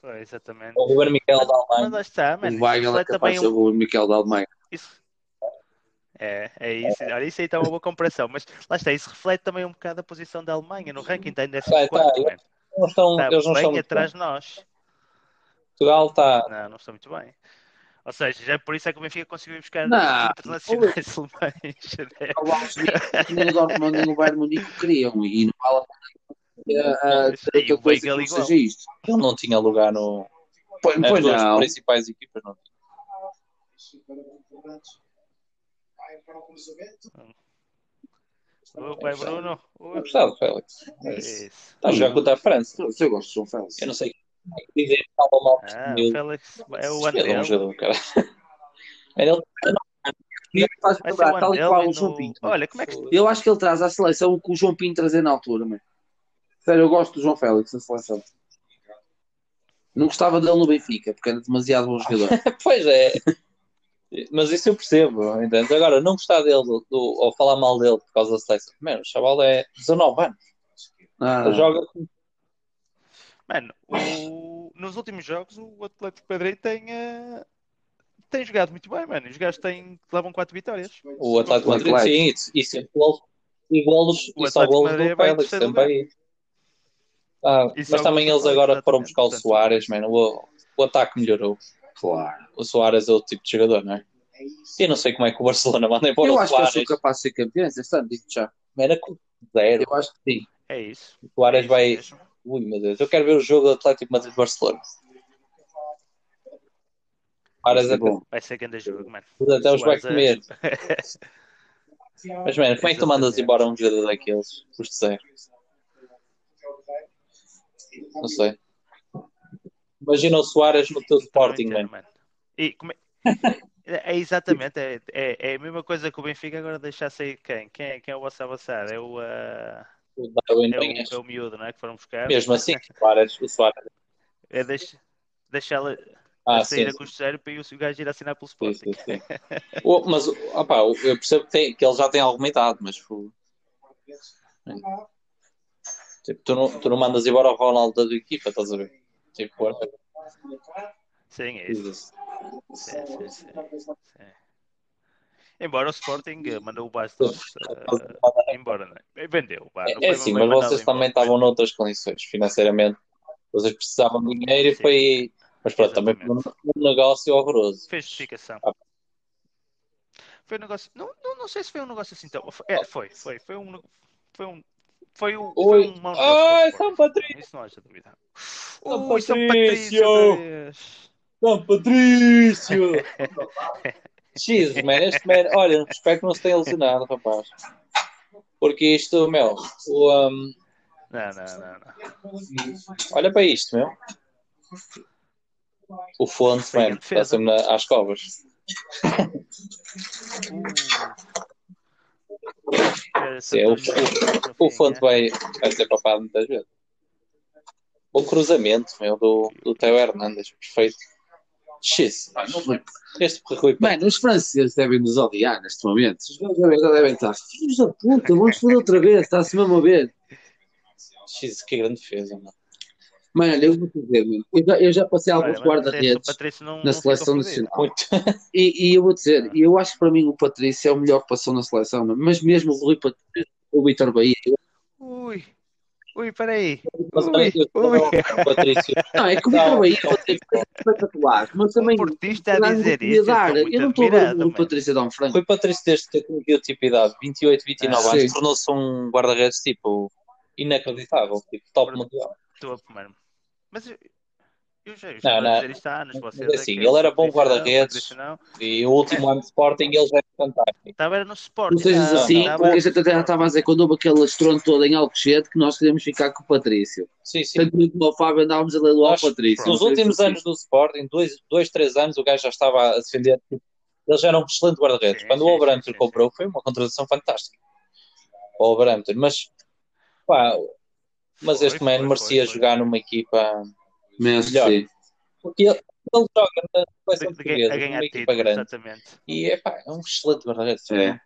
[SPEAKER 2] Pois, exatamente.
[SPEAKER 3] O Ruben Miguel da
[SPEAKER 2] Mas
[SPEAKER 3] Alemanha.
[SPEAKER 2] lá está, mano.
[SPEAKER 1] O Weigl
[SPEAKER 2] Isso
[SPEAKER 1] é
[SPEAKER 2] é também
[SPEAKER 1] capaz de ser o Miquel da Alemanha.
[SPEAKER 2] Isso... É, é isso. Olha, isso aí está uma boa comparação. Mas lá está, isso reflete também um bocado a posição da Alemanha no ranking. Está em
[SPEAKER 1] Tá,
[SPEAKER 2] 14,
[SPEAKER 3] Está, está.
[SPEAKER 2] mano.
[SPEAKER 3] Não estão,
[SPEAKER 2] Está
[SPEAKER 3] eles não
[SPEAKER 2] bem
[SPEAKER 3] estão muito
[SPEAKER 2] é? Tá, atrás de nós.
[SPEAKER 3] bem. Portugal tá. está.
[SPEAKER 2] Não, não está muito bem. Ou seja, já por isso é que o Benfica conseguiu buscar
[SPEAKER 1] Não.
[SPEAKER 2] internacionais alemães. né?
[SPEAKER 1] O Alves que nem o Dortmund nem o Bayern Munique queriam e não vale a pena a- a-
[SPEAKER 2] Mas aí
[SPEAKER 1] outra
[SPEAKER 2] o
[SPEAKER 1] coisa que
[SPEAKER 2] Weigl
[SPEAKER 1] não
[SPEAKER 2] igual.
[SPEAKER 1] seja isto.
[SPEAKER 3] Ele não tinha lugar no.
[SPEAKER 1] Pois,
[SPEAKER 3] Nas
[SPEAKER 1] pois
[SPEAKER 3] duas
[SPEAKER 1] não.
[SPEAKER 3] principais equipas, não.
[SPEAKER 4] Vai para o cruzamento.
[SPEAKER 2] Ui, vai, Bruno. Ui, é
[SPEAKER 3] Eu gostava, Félix. Está
[SPEAKER 2] isso.
[SPEAKER 3] a
[SPEAKER 1] Hum.
[SPEAKER 3] jogar contra a França.
[SPEAKER 1] Eu eu gosto de São Félix.
[SPEAKER 3] Eu não sei como é que dizer. Estava mal.
[SPEAKER 2] Ah, o
[SPEAKER 3] Eu-
[SPEAKER 2] Félix é o
[SPEAKER 3] Ele é um
[SPEAKER 2] Andel.
[SPEAKER 3] jogador, cara. Ele
[SPEAKER 1] Ele faz
[SPEAKER 2] Vai ser
[SPEAKER 1] lembrar,
[SPEAKER 2] o
[SPEAKER 1] tal e
[SPEAKER 2] Andel
[SPEAKER 1] qual um
[SPEAKER 2] e
[SPEAKER 1] o João
[SPEAKER 2] no-
[SPEAKER 1] Pinto.
[SPEAKER 2] Olha, como é que.
[SPEAKER 1] Eu acho que ele traz à seleção o que o João Pinto trazia na altura, mano. Sério, eu gosto do João Félix na seleção. Não gostava dele no Benfica, porque era demasiado bom jogador.
[SPEAKER 3] Pois é. Mas isso eu percebo, entende? Agora, não gostar dele do, do- ou falar mal dele por causa da seleção. Mano, o Chaval é 19 anos.
[SPEAKER 1] Ah,
[SPEAKER 3] Ele joga com
[SPEAKER 2] Mano, o- nos últimos jogos o Atlético de Madrid tem, eh, tem jogado muito bem, mano. Os gajos têm, levam 4 vitórias.
[SPEAKER 3] o Atlético de
[SPEAKER 1] O
[SPEAKER 3] Madrid,
[SPEAKER 1] Atlético.
[SPEAKER 3] sim, isso- isso é gol. E golos,
[SPEAKER 2] O
[SPEAKER 3] e só
[SPEAKER 2] Atlético de
[SPEAKER 3] golos
[SPEAKER 2] Madrid é
[SPEAKER 3] do
[SPEAKER 2] vai em
[SPEAKER 3] Félix
[SPEAKER 2] terceiro
[SPEAKER 3] sempre aí. Ah,
[SPEAKER 2] E só
[SPEAKER 3] mas também
[SPEAKER 2] golos do
[SPEAKER 3] eles
[SPEAKER 2] Félix,
[SPEAKER 3] agora foram
[SPEAKER 2] exatamente,
[SPEAKER 3] buscar o
[SPEAKER 2] né? portanto.
[SPEAKER 3] Soares, mano. O, o ataque melhorou.
[SPEAKER 1] claro.
[SPEAKER 3] O Soares é outro tipo de jogador, não é?
[SPEAKER 4] É isso.
[SPEAKER 3] Eu não sei como é que o Barcelona manda embora
[SPEAKER 1] Eu
[SPEAKER 3] o
[SPEAKER 1] acho que é eles
[SPEAKER 3] Soares.
[SPEAKER 1] são capazes de ser campeões, este ano, digo já.
[SPEAKER 3] Mano, é com zero.
[SPEAKER 1] Eu acho que sim.
[SPEAKER 2] É isso.
[SPEAKER 3] O Soares
[SPEAKER 2] é isso
[SPEAKER 3] vai.
[SPEAKER 2] mesmo.
[SPEAKER 3] Ui, meu Deus, eu quero ver o jogo do Atlético Madrid-Barcelona. Soares
[SPEAKER 1] Isso é
[SPEAKER 3] até
[SPEAKER 1] bom.
[SPEAKER 2] Vai ser grande jogo, mano.
[SPEAKER 3] Até os vai
[SPEAKER 2] Soares é-
[SPEAKER 3] comer. Mas, mano, como é que tu mandas
[SPEAKER 2] Exatamente.
[SPEAKER 3] embora um jogador daqueles? Custo zero. Não sei. Imagina o Soares no teu Sporting,
[SPEAKER 2] Não entendo,
[SPEAKER 3] mano.
[SPEAKER 2] mano. E como é- É é exatamente, é, é, é a mesma coisa que o Benfica agora deixar sair quem? Quem é, quem é o vosso avançado? É o, ah,
[SPEAKER 3] O Darwin
[SPEAKER 2] é, o,
[SPEAKER 3] Nunes.
[SPEAKER 2] é o miúdo, não é? Que foram buscar.
[SPEAKER 3] Mesmo assim, o Soares. O Soares.
[SPEAKER 2] É deix- deixá-la
[SPEAKER 3] Ah,
[SPEAKER 2] sair
[SPEAKER 3] sim,
[SPEAKER 2] a custo zero para Assim é o gajo ir assinar pelo
[SPEAKER 3] sim,
[SPEAKER 2] Sporting.
[SPEAKER 3] sim, sim. O- mas, opá, eu percebo que, tem- que ele já tem alguma idade, mas pô, tipo, tu, não, tu não mandas embora o Ronaldo da tua equipa, estás a ver? Tipo, pô,
[SPEAKER 2] Sim, é isso.
[SPEAKER 3] Jesus.
[SPEAKER 2] Sim, sim, sim. Embora o Sporting eh, mandou o Bastos eh, embora, não é? Vendeu, vá, não
[SPEAKER 3] É
[SPEAKER 2] foi
[SPEAKER 3] sim,
[SPEAKER 2] bem
[SPEAKER 3] mas
[SPEAKER 2] mandado
[SPEAKER 3] vocês
[SPEAKER 2] embora.
[SPEAKER 3] também estavam noutras condições financeiramente. Vocês precisavam de dinheiro e
[SPEAKER 2] Sim.
[SPEAKER 3] foi. Mas pronto, também foi um um negócio horroroso.
[SPEAKER 2] Fez justificação.
[SPEAKER 3] Ah.
[SPEAKER 2] Foi um negócio. Não, não, não sei se foi um negócio assim tão. É, foi, foi. Foi um. Foi um. Foi um, foi
[SPEAKER 3] Oi.
[SPEAKER 2] um mau
[SPEAKER 3] Ai,
[SPEAKER 2] negócio. para o
[SPEAKER 3] São
[SPEAKER 2] Sporting.
[SPEAKER 3] Patrício.
[SPEAKER 2] Isso não haja dúvida.
[SPEAKER 3] São
[SPEAKER 2] Ui, São
[SPEAKER 3] Patrício.
[SPEAKER 2] Patrício! outra vez.
[SPEAKER 3] São Patrício! X, man, este man, olha, espero que não se tenha lesionado, rapaz. Porque isto, meu, o, um,
[SPEAKER 2] Não, não, não. não.
[SPEAKER 3] olha para isto, meu. O fonte,
[SPEAKER 2] Bem,
[SPEAKER 3] mano, está
[SPEAKER 2] defesa.
[SPEAKER 3] sempre na- às covas.
[SPEAKER 2] Era
[SPEAKER 3] É, o-
[SPEAKER 2] Santos-
[SPEAKER 3] O fonte vai, vai ser papado muitas vezes. Bom cruzamento, meu, do, do Teo Hernandes, perfeito. X, este Rui Pinto.
[SPEAKER 1] Mano, os franceses devem nos odiar neste momento. Os gajos devem- já devem estar. assim, Filhos da puta, vamos foder outra vez, está-se mesmo a ver.
[SPEAKER 3] X, que grande defesa, mano.
[SPEAKER 1] Mano, olha, eu vou dizer, mano, eu já, eu já passei
[SPEAKER 2] é. Olha,
[SPEAKER 1] alguns
[SPEAKER 2] mas o
[SPEAKER 1] guarda-redes
[SPEAKER 2] Patrício não-
[SPEAKER 1] na
[SPEAKER 2] não ficou
[SPEAKER 1] seleção
[SPEAKER 2] fodido.
[SPEAKER 1] nacional.
[SPEAKER 3] Muito.
[SPEAKER 1] E, e eu vou dizer, eu acho que para mim o Patrício é o melhor que passou na seleção, mano. mas mesmo o Rui Patrício, o Vitor Bahia. eu-
[SPEAKER 2] Ui, ui, peraí.
[SPEAKER 3] Mas
[SPEAKER 2] Ui,
[SPEAKER 3] parece que
[SPEAKER 2] ui.
[SPEAKER 3] o Patrício
[SPEAKER 1] Não, é que o Vitor Bahia eu vou dizer, é espetacular, mas
[SPEAKER 2] Um
[SPEAKER 1] também.
[SPEAKER 2] portista a
[SPEAKER 1] não
[SPEAKER 2] dizer
[SPEAKER 1] podia
[SPEAKER 2] isso.
[SPEAKER 1] dar.
[SPEAKER 2] Eu,
[SPEAKER 1] Eu não estou
[SPEAKER 2] estou
[SPEAKER 1] a
[SPEAKER 2] muito
[SPEAKER 1] ver
[SPEAKER 2] admirado,
[SPEAKER 1] o
[SPEAKER 2] mano.
[SPEAKER 1] Patrício um Dom Franco.
[SPEAKER 3] Foi Patrício desde que conseguiu tipo idade, 28, 29
[SPEAKER 1] Ah,
[SPEAKER 3] anos,
[SPEAKER 1] sim.
[SPEAKER 3] tornou-se um guarda-redes tipo inacreditável, tipo top
[SPEAKER 2] Por-
[SPEAKER 3] mundial.
[SPEAKER 2] Top, mano. Mas eu, eu já eu
[SPEAKER 3] Não,
[SPEAKER 2] já
[SPEAKER 3] não.
[SPEAKER 2] dizer isto há anos.
[SPEAKER 3] Mas
[SPEAKER 2] Vocês é
[SPEAKER 3] assim,
[SPEAKER 2] que
[SPEAKER 3] ele era bom
[SPEAKER 2] Patrício não,
[SPEAKER 3] guarda-redes.
[SPEAKER 2] Patrício não.
[SPEAKER 3] E o último ano de Sporting ele já é fantástico.
[SPEAKER 2] Estava era no Sporting.
[SPEAKER 1] Não sejas
[SPEAKER 3] Não,
[SPEAKER 1] assim,
[SPEAKER 2] estava-
[SPEAKER 1] porque a gente até já estava a dizer quando houve aquele estrondo todo em Alcochete que nós queríamos ficar com o Patrício.
[SPEAKER 3] Sim, sim.
[SPEAKER 1] Tanto eu como o Fábio andávamos a leiloar
[SPEAKER 3] Nós,
[SPEAKER 1] o Patrício.
[SPEAKER 3] Nos últimos anos do Sporting, dois, dois, três anos, o gajo já estava a defender. tipo, Ele já era um excelente guarda-redes.
[SPEAKER 2] Sim,
[SPEAKER 3] Quando
[SPEAKER 2] sim,
[SPEAKER 3] o Overhampton
[SPEAKER 2] sim, sim,
[SPEAKER 3] comprou, foi uma contratação fantástica. O Overhampton, mas pá, mas
[SPEAKER 2] Foi,
[SPEAKER 3] este man
[SPEAKER 2] foi,
[SPEAKER 3] merecia
[SPEAKER 2] foi, foi.
[SPEAKER 3] jogar numa equipa.
[SPEAKER 1] Mesmo,
[SPEAKER 3] Melhor.
[SPEAKER 1] sim.
[SPEAKER 3] Porque ele, ele joga na
[SPEAKER 2] de-
[SPEAKER 3] seleção
[SPEAKER 2] de- de-
[SPEAKER 3] portuguesa,
[SPEAKER 2] a
[SPEAKER 3] numa
[SPEAKER 2] ganhar
[SPEAKER 3] equipa
[SPEAKER 2] título,
[SPEAKER 3] grande.
[SPEAKER 2] exatamente.
[SPEAKER 3] E é pá, é um excelente guarda-redes.
[SPEAKER 1] É.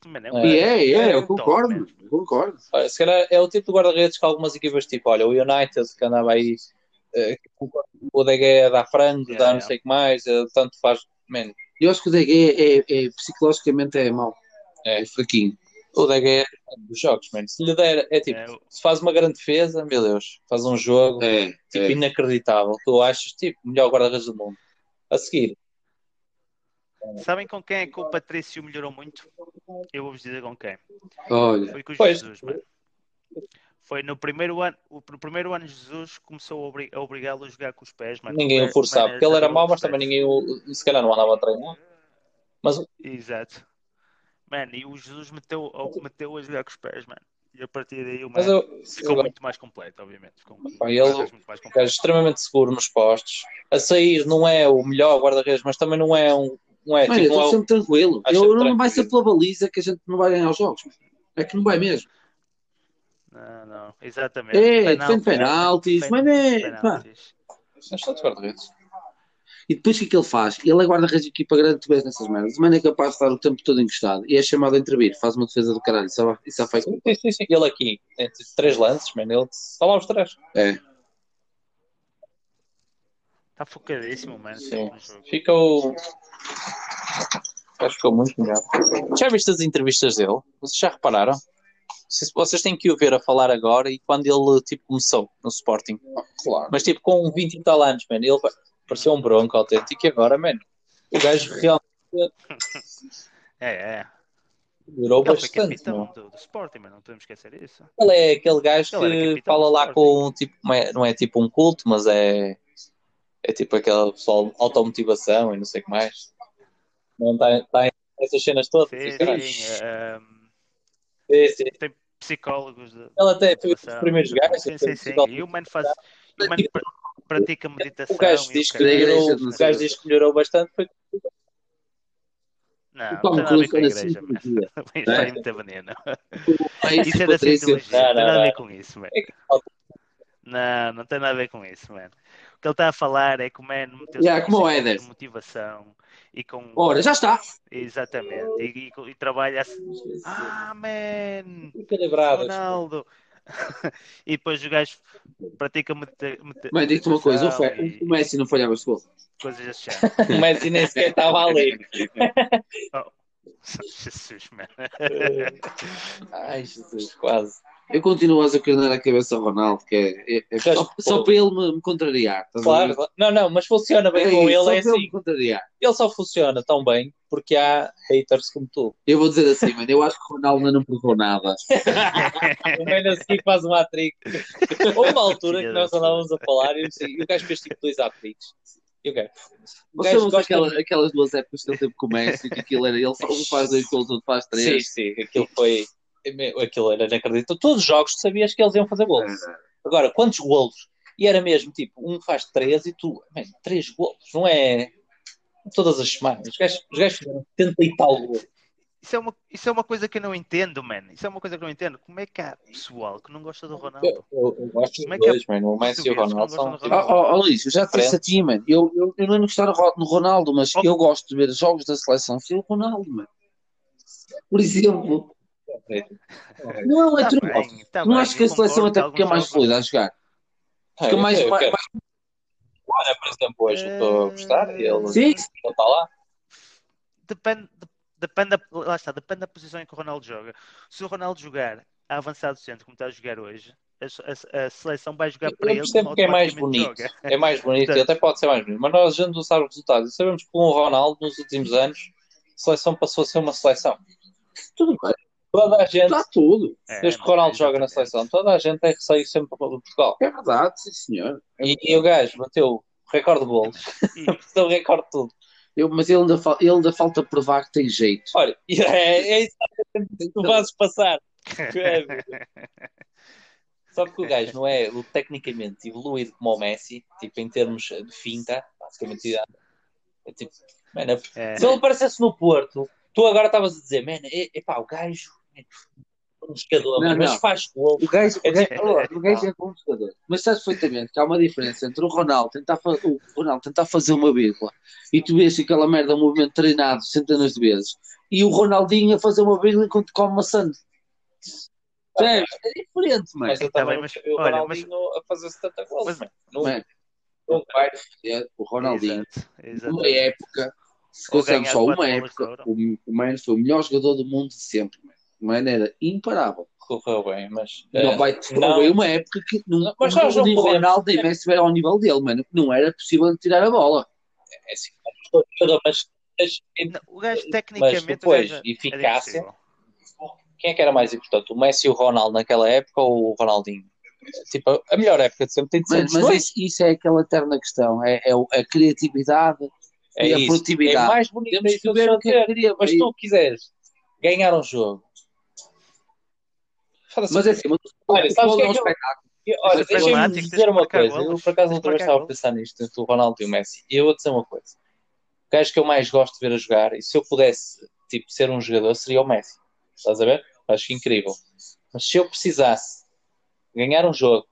[SPEAKER 2] Também
[SPEAKER 3] É.
[SPEAKER 2] não.
[SPEAKER 1] E é, é, eu
[SPEAKER 2] um Top,
[SPEAKER 1] concordo,
[SPEAKER 2] mano.
[SPEAKER 1] eu concordo.
[SPEAKER 3] Olha, se calhar é o tipo de guarda-redes que algumas equipas, tipo, olha, o United que andava aí, eh, o DG dá frango,
[SPEAKER 2] Yeah,
[SPEAKER 3] dá não
[SPEAKER 2] yeah.
[SPEAKER 3] sei o que mais, eh, tanto faz. Man,
[SPEAKER 1] Eu acho que o DG é, é- é- psicologicamente é mau,
[SPEAKER 3] É.
[SPEAKER 1] é fraquinho.
[SPEAKER 3] o DG é dos jogos, man. Se lhe der, é tipo,
[SPEAKER 2] É, o-
[SPEAKER 3] se faz uma grande defesa, meu Deus, faz um jogo
[SPEAKER 1] É,
[SPEAKER 3] tipo,
[SPEAKER 1] é.
[SPEAKER 3] inacreditável. Tu achas, tipo, o melhor guarda-redes do mundo. A seguir,
[SPEAKER 2] Sabem com quem é que o Patrício melhorou muito? Eu vou-vos dizer com quem.
[SPEAKER 1] Olha,
[SPEAKER 2] Foi com o
[SPEAKER 3] Pois.
[SPEAKER 2] Jesus, mano. Foi no primeiro ano, o- no primeiro ano Jesus começou a, obri- a obrigá-lo a jogar com os pés, mano.
[SPEAKER 3] ninguém o
[SPEAKER 2] Mano,
[SPEAKER 3] forçava, porque ele era
[SPEAKER 2] um
[SPEAKER 3] mau, mas
[SPEAKER 2] respeito.
[SPEAKER 3] também ninguém o, se calhar não andava a treinar. Mas
[SPEAKER 2] Exato. Mano, e o Jesus meteu, meteu a jogar com os pés, mano. E a partir daí o
[SPEAKER 3] Mas
[SPEAKER 2] mano
[SPEAKER 3] eu-
[SPEAKER 2] ficou
[SPEAKER 3] eu-
[SPEAKER 2] muito mais completo, obviamente. Ficou um-
[SPEAKER 3] Pá, ele-
[SPEAKER 2] muito mais completo.
[SPEAKER 3] gajo extremamente seguro nos postos. A sair não é o melhor guarda-redes, mas também não é um. tipo. Não é,
[SPEAKER 1] mano, eu
[SPEAKER 3] tipo, não é
[SPEAKER 1] estou
[SPEAKER 3] o-
[SPEAKER 1] sempre tranquilo.
[SPEAKER 3] acho
[SPEAKER 1] Eu
[SPEAKER 3] sempre
[SPEAKER 1] não vai ser
[SPEAKER 3] tranquilo.
[SPEAKER 1] pela baliza que a gente não vai ganhar os jogos. mano. É que não vai mesmo.
[SPEAKER 2] Não, não, exatamente.
[SPEAKER 1] É, defende
[SPEAKER 2] Penaltis,
[SPEAKER 1] penaltis, mas é. pá.
[SPEAKER 2] penaltis.
[SPEAKER 3] Mas todos guarda-redes.
[SPEAKER 1] E depois o que é que ele faz? Ele é guarda-redes de equipa grande, tu vês nessas merdas. O mano é capaz de estar o tempo todo encostado e é chamado a intervir, faz uma é defesa do caralho, só, e só faz.
[SPEAKER 3] Sim, sim, sim. Ele aqui, tem três lances, man, ele está lá os três.
[SPEAKER 2] Está Tá focadíssimo, mano.
[SPEAKER 3] Sim.
[SPEAKER 2] sempre no jogo.
[SPEAKER 3] Fica o. Acho que ficou muito melhor. Já viste as entrevistas dele? Vocês já repararam? Vocês- Vocês têm que o ver a falar agora e quando ele tipo, começou no Sporting.
[SPEAKER 1] Claro.
[SPEAKER 3] Mas tipo com 20 e tal anos, man, ele pareceu um bronco autêntico e agora, man, o gajo realmente
[SPEAKER 2] É, é.
[SPEAKER 3] melhorou
[SPEAKER 2] Ele foi
[SPEAKER 3] bastante. meu.
[SPEAKER 2] capitão do, do Sporting, mas não podemos esquecer isso.
[SPEAKER 3] Ele é aquele gajo
[SPEAKER 2] Ele era
[SPEAKER 3] que
[SPEAKER 2] capitão
[SPEAKER 3] fala
[SPEAKER 2] do
[SPEAKER 3] lá
[SPEAKER 2] Sporting.
[SPEAKER 3] com um tipo, não é, não é tipo um culto, mas é, é tipo aquele pessoal automotivação e não sei o que mais. Não está tá em essas cenas todas. tipo,
[SPEAKER 2] Sim,
[SPEAKER 3] e caralho.
[SPEAKER 2] sim, eh, um,
[SPEAKER 3] Sim, sim.
[SPEAKER 2] psicólogos de.
[SPEAKER 3] Ele até foi um dos
[SPEAKER 2] Meditação,
[SPEAKER 3] primeiros gajos.
[SPEAKER 2] Sim, sim, sim. E o mano faz. E o mano
[SPEAKER 3] Tipo,
[SPEAKER 2] pra- pratica meditação.
[SPEAKER 3] O gajo
[SPEAKER 2] e
[SPEAKER 3] diz que
[SPEAKER 1] da
[SPEAKER 2] caralho.
[SPEAKER 1] igreja,
[SPEAKER 3] melhorou,
[SPEAKER 1] não
[SPEAKER 3] o
[SPEAKER 1] sei.
[SPEAKER 3] gajo diz que melhorou bastante. Foi
[SPEAKER 2] Não, não
[SPEAKER 1] O Tom
[SPEAKER 2] tem nada a ver
[SPEAKER 1] Cruise
[SPEAKER 2] com a
[SPEAKER 1] era
[SPEAKER 2] igreja,
[SPEAKER 1] assim
[SPEAKER 2] mano.
[SPEAKER 1] que dizia.
[SPEAKER 2] Isso aí é muito veneno.
[SPEAKER 1] Aí,
[SPEAKER 2] Isso é da
[SPEAKER 1] Patrício,
[SPEAKER 2] cientologia. Não
[SPEAKER 3] Não,
[SPEAKER 2] tem nada
[SPEAKER 3] não,
[SPEAKER 2] a ver
[SPEAKER 3] não.
[SPEAKER 2] com isso, mano.
[SPEAKER 3] É que-
[SPEAKER 2] Não, não tem nada a ver com isso, mano. O que ele está a falar é que o mano meteu
[SPEAKER 1] Yeah, como o Éder.
[SPEAKER 2] com motivação e com.
[SPEAKER 1] ora, já está.
[SPEAKER 2] Exatamente. E, e- e trabalha assim.
[SPEAKER 1] é
[SPEAKER 2] Ah, man!
[SPEAKER 3] equilibradas.
[SPEAKER 2] Ronaldo! e depois o gajo pratica medita- medita-
[SPEAKER 1] Mas digo-te uma coisa, o, Fe-
[SPEAKER 2] meditação e-
[SPEAKER 1] o Messi não falhava este gol.
[SPEAKER 2] coisas desse género.
[SPEAKER 3] O Messi nem sequer estava ali.
[SPEAKER 2] Jesus, mano.
[SPEAKER 3] Ai, Jesus, quase.
[SPEAKER 1] Eu continuo a azacarnar a cabeça ao Ronaldo, que é, é- é
[SPEAKER 3] Mas,
[SPEAKER 1] só,
[SPEAKER 3] pô.
[SPEAKER 1] só para ele me, me contrariar. estás a ver?
[SPEAKER 3] Claro, não, não, mas funciona bem
[SPEAKER 1] É
[SPEAKER 3] com
[SPEAKER 1] isso, só
[SPEAKER 3] ele.
[SPEAKER 1] para ele
[SPEAKER 3] É assim.
[SPEAKER 1] me contrariar.
[SPEAKER 3] Ele só funciona tão bem porque há haters como tu.
[SPEAKER 1] Eu vou dizer assim, mano, eu acho que o Ronaldo ainda não provou nada.
[SPEAKER 3] O man a seguir faz um hat-trick. Houve uma altura que nós andávamos a falar e, eu disse, e o gajo fez tipo dois hat-tricks. Eu quero.
[SPEAKER 1] Você
[SPEAKER 3] Gajo
[SPEAKER 1] não
[SPEAKER 3] gosta-
[SPEAKER 1] aquelas, aquelas duas épocas que ele teve com o Messi, que aquilo era ele, só um faz dois gols, outro faz
[SPEAKER 3] Sim,
[SPEAKER 1] três.
[SPEAKER 3] sim, aquilo foi. Aquilo era inacreditável. Todos os jogos tu sabias que eles iam fazer gols. Agora, quantos golos? E era mesmo tipo, um faz três e tu, man, três golos, não é todas as semanas. Os gajos, os gajos fizeram 70 e tal golos.
[SPEAKER 2] Isso é, uma, isso é uma coisa que eu não entendo, man. Isso é uma coisa que eu não entendo. Como é que há pessoal que não gosta do Ronaldo?
[SPEAKER 3] Eu, eu- eu gosto
[SPEAKER 2] Como é
[SPEAKER 3] dos
[SPEAKER 2] que é
[SPEAKER 3] dois, mano. O Messi e o
[SPEAKER 2] portugueses que não
[SPEAKER 3] Ronaldo são. tipo,
[SPEAKER 2] gostam
[SPEAKER 1] Ó,
[SPEAKER 2] do
[SPEAKER 1] ó, ó, Luís, eu já te disse a ti, mano. Eu, eu, eu não gostava no Ronaldo, mas
[SPEAKER 2] Oh.
[SPEAKER 1] eu gosto de ver jogos da seleção sem o Ronaldo, mano. Por exemplo, não é
[SPEAKER 2] Tá
[SPEAKER 1] truque.
[SPEAKER 2] bem, tá
[SPEAKER 1] não
[SPEAKER 2] bem,
[SPEAKER 1] acho que
[SPEAKER 2] eu
[SPEAKER 1] a seleção
[SPEAKER 2] concordo que
[SPEAKER 1] até fica
[SPEAKER 2] alguns
[SPEAKER 1] mais
[SPEAKER 2] jogos-
[SPEAKER 1] fluida a jogar.
[SPEAKER 3] Ah,
[SPEAKER 1] Fica
[SPEAKER 3] eu
[SPEAKER 1] mais-
[SPEAKER 3] quero, eu
[SPEAKER 1] mais-
[SPEAKER 3] quero. Olha, por exemplo, hoje eu estou a gostar e ele
[SPEAKER 1] Sim,
[SPEAKER 3] ele está lá.
[SPEAKER 2] Depende, de- depende da, lá está, depende da posição em que o Ronaldo joga. Se o Ronaldo jogar a avançado centro, como está a jogar hoje, a, a- a seleção vai jogar para
[SPEAKER 3] Eu
[SPEAKER 2] ele como
[SPEAKER 3] percebo que é mais
[SPEAKER 2] automaticamente
[SPEAKER 3] bonito.
[SPEAKER 2] joga.
[SPEAKER 3] É mais bonito e até pode ser mais bonito. Mas nós já não sabemos os resultados. E sabemos que com o Ronaldo, nos últimos anos, a seleção passou a ser uma seleção.
[SPEAKER 1] tudo bem,
[SPEAKER 3] Toda a gente,
[SPEAKER 1] está tudo.
[SPEAKER 2] É,
[SPEAKER 3] desde que o
[SPEAKER 2] mano,
[SPEAKER 3] Ronaldo joga na
[SPEAKER 2] exatamente.
[SPEAKER 3] seleção, toda a gente tem receio sempre para Portugal.
[SPEAKER 1] É verdade, sim senhor.
[SPEAKER 3] E, e o gajo bateu recorde de gols.
[SPEAKER 2] E-
[SPEAKER 3] Bateu o recorde de tudo.
[SPEAKER 1] Eu, mas ele ainda, fal- ele ainda falta provar que tem jeito.
[SPEAKER 3] Olha, e é, é isso que tu fazes passar. Só porque o gajo não é tecnicamente evoluído como o Messi, tipo em termos de finta, basicamente. É tipo, mano, é
[SPEAKER 2] é.
[SPEAKER 3] Se ele aparecesse no Porto, tu agora estavas a dizer, man, é, epá, o gajo man, é um jogador,
[SPEAKER 1] Não,
[SPEAKER 3] mano, mas
[SPEAKER 1] não.
[SPEAKER 3] faz gol.
[SPEAKER 1] O gajo, o gajo,
[SPEAKER 2] É,
[SPEAKER 1] olha, o gajo é bom jogador. Mas sabes perfeitamente que há uma diferença entre o Ronaldo tentar, fa- o Ronaldo tentar fazer uma vírgula e tu vês aquela merda, um movimento treinado centenas de vezes, e o Ronaldinho a fazer uma vírgula enquanto come maçã. É, é diferente, mano.
[SPEAKER 3] Mas eu
[SPEAKER 2] Tá
[SPEAKER 3] também
[SPEAKER 2] bem, mas-
[SPEAKER 3] eu, o
[SPEAKER 2] olha,
[SPEAKER 3] Ronaldinho a fazer 70 gols,
[SPEAKER 2] mas-
[SPEAKER 3] mano. Não, é?
[SPEAKER 1] Man.
[SPEAKER 3] não vai.
[SPEAKER 1] É, O Ronaldinho,
[SPEAKER 2] Exato, exato.
[SPEAKER 1] numa época, se
[SPEAKER 2] Ou
[SPEAKER 1] consegue
[SPEAKER 2] ganhar
[SPEAKER 1] só
[SPEAKER 2] quatro
[SPEAKER 1] uma
[SPEAKER 2] bolas de
[SPEAKER 1] época, o, o Mano foi o melhor jogador do mundo de sempre, mano. O Mano era imparável.
[SPEAKER 3] Correu bem, mas.
[SPEAKER 1] Não
[SPEAKER 3] eh,
[SPEAKER 1] vai
[SPEAKER 3] não.
[SPEAKER 1] houve uma época que não,
[SPEAKER 3] Mas nós não
[SPEAKER 1] nem o
[SPEAKER 3] podemos-
[SPEAKER 1] Ronaldo nem o Messi era ao nível dele, mano. Não era possível tirar a bola.
[SPEAKER 3] é assim, mas- mas- mas-
[SPEAKER 2] Não, O gajo,
[SPEAKER 3] é mas
[SPEAKER 2] tecnicamente, é o
[SPEAKER 3] depois,
[SPEAKER 2] gajo era
[SPEAKER 3] eficácia.
[SPEAKER 2] impossível.
[SPEAKER 3] Quem é que era mais importante? O Messi e o Ronaldo naquela época ou o Ronaldinho? Tipo, a melhor época de sempre tem de ser
[SPEAKER 1] Mas,
[SPEAKER 3] dos
[SPEAKER 1] mas
[SPEAKER 3] dois.
[SPEAKER 1] isso, isso é aquela eterna questão, é, é o- a criatividade.
[SPEAKER 3] É
[SPEAKER 1] e a
[SPEAKER 3] isso.
[SPEAKER 1] produtividade.
[SPEAKER 3] É mais bonito.
[SPEAKER 1] Temos
[SPEAKER 3] é isso
[SPEAKER 1] que
[SPEAKER 3] eu
[SPEAKER 1] ver
[SPEAKER 3] estou a
[SPEAKER 1] o que é
[SPEAKER 3] dizer.
[SPEAKER 1] que queria.
[SPEAKER 3] Mas se tu quiseres ganhar um jogo. Foda-se.
[SPEAKER 1] Mas é assim, mas o
[SPEAKER 3] Olha, sabes
[SPEAKER 1] futebol
[SPEAKER 3] que é
[SPEAKER 1] é um
[SPEAKER 3] que eu-
[SPEAKER 1] espetáculo.
[SPEAKER 3] Olha,
[SPEAKER 2] mas
[SPEAKER 3] deixa-me
[SPEAKER 2] pragmático, tens
[SPEAKER 3] dizer
[SPEAKER 2] que
[SPEAKER 3] uma
[SPEAKER 2] marcar
[SPEAKER 3] coisa.
[SPEAKER 2] golos,
[SPEAKER 3] Eu, por
[SPEAKER 2] tens
[SPEAKER 3] acaso,
[SPEAKER 2] que
[SPEAKER 3] outra vez
[SPEAKER 2] marcar
[SPEAKER 3] estava a pensar nisto, entre o Ronaldo e o Messi. E eu vou dizer uma coisa. O gajo que eu mais gosto de ver a jogar, e se eu pudesse, tipo, ser um jogador, seria o Messi. Estás a ver? Acho que incrível. Mas se eu precisasse ganhar um jogo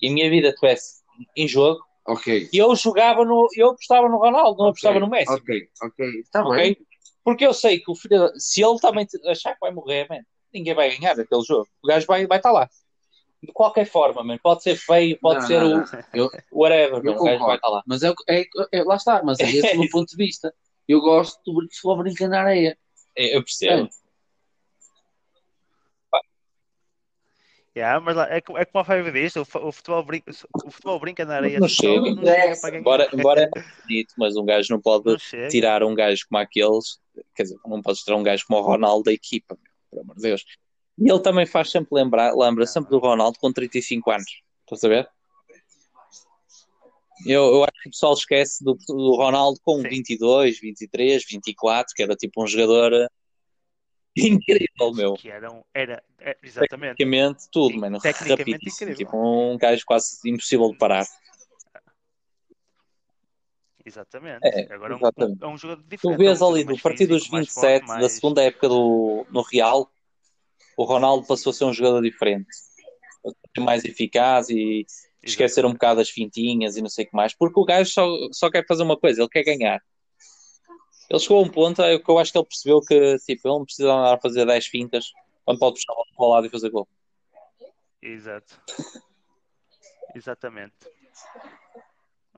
[SPEAKER 3] e a minha vida estivesse em jogo,
[SPEAKER 1] Ok,
[SPEAKER 3] eu jogava no... Eu apostava no Ronaldo, não apostava no Messi.
[SPEAKER 1] ok, ok. Está Tá
[SPEAKER 3] Ok?
[SPEAKER 1] bem.
[SPEAKER 3] Porque eu sei que o filho, da- se ele também te- achar que vai morrer, man, ninguém vai ganhar aquele jogo. O gajo vai, vai estar lá. De qualquer forma, man, pode ser feio, pode
[SPEAKER 1] Não,
[SPEAKER 3] ser
[SPEAKER 1] não,
[SPEAKER 3] o o whatever, man, o gajo
[SPEAKER 1] concordo.
[SPEAKER 3] vai estar lá.
[SPEAKER 1] Mas é, o que- é, é- lá está, mas é esse o meu ponto de vista. Eu gosto do futebol brincar na areia.
[SPEAKER 3] É, Eu percebo.
[SPEAKER 1] É.
[SPEAKER 2] Yeah, mas lá, é, co- é como o Fábio diz, o, fu- o futebol brinca, o futebol brinca na areia
[SPEAKER 3] Não
[SPEAKER 2] só,
[SPEAKER 3] chega.
[SPEAKER 2] não chega para ganhar.
[SPEAKER 3] Embora, embora é mais bonito, mas um gajo não pode
[SPEAKER 2] Não chega.
[SPEAKER 3] tirar um gajo como aqueles, quer dizer, não podes tirar um gajo como o Ronaldo da equipa, meu, pelo amor de Deus. E ele também faz sempre lembrar, lembra sempre do Ronaldo com 35 anos, estás a ver? Eu, eu acho que o pessoal esquece do, do Ronaldo com
[SPEAKER 2] Sim.
[SPEAKER 3] 22, 23, 24, que era tipo um jogador eh, incrível, meu.
[SPEAKER 2] Que era, um- era é, exatamente.
[SPEAKER 3] Tecnicamente, tudo,
[SPEAKER 2] Sim,
[SPEAKER 3] mano.
[SPEAKER 2] tecnicamente
[SPEAKER 3] Rapidíssimo.
[SPEAKER 2] incrível.
[SPEAKER 3] Tipo, um gajo quase impossível de parar.
[SPEAKER 2] Exatamente.
[SPEAKER 3] É,
[SPEAKER 2] Agora é um-
[SPEAKER 3] exatamente.
[SPEAKER 2] é um jogador
[SPEAKER 3] Tu
[SPEAKER 2] diferente.
[SPEAKER 3] vês
[SPEAKER 2] é um jogador
[SPEAKER 3] ali, do
[SPEAKER 2] mais
[SPEAKER 3] partir dos
[SPEAKER 2] físico, mais forte,
[SPEAKER 3] 27, da
[SPEAKER 2] mais-
[SPEAKER 3] segunda época do, no Real, o Ronaldo passou a ser um jogador diferente. Mais eficaz e esquecer um bocado as fintinhas e não sei o que mais, porque o gajo só, só quer fazer uma coisa, ele quer ganhar. Ele chegou a um ponto eh, que eu acho que ele percebeu que tipo, ele não precisa andar a fazer 10 fintas, quando pode puxar a bola para o lado e fazer gol.
[SPEAKER 2] Exato. Exatamente.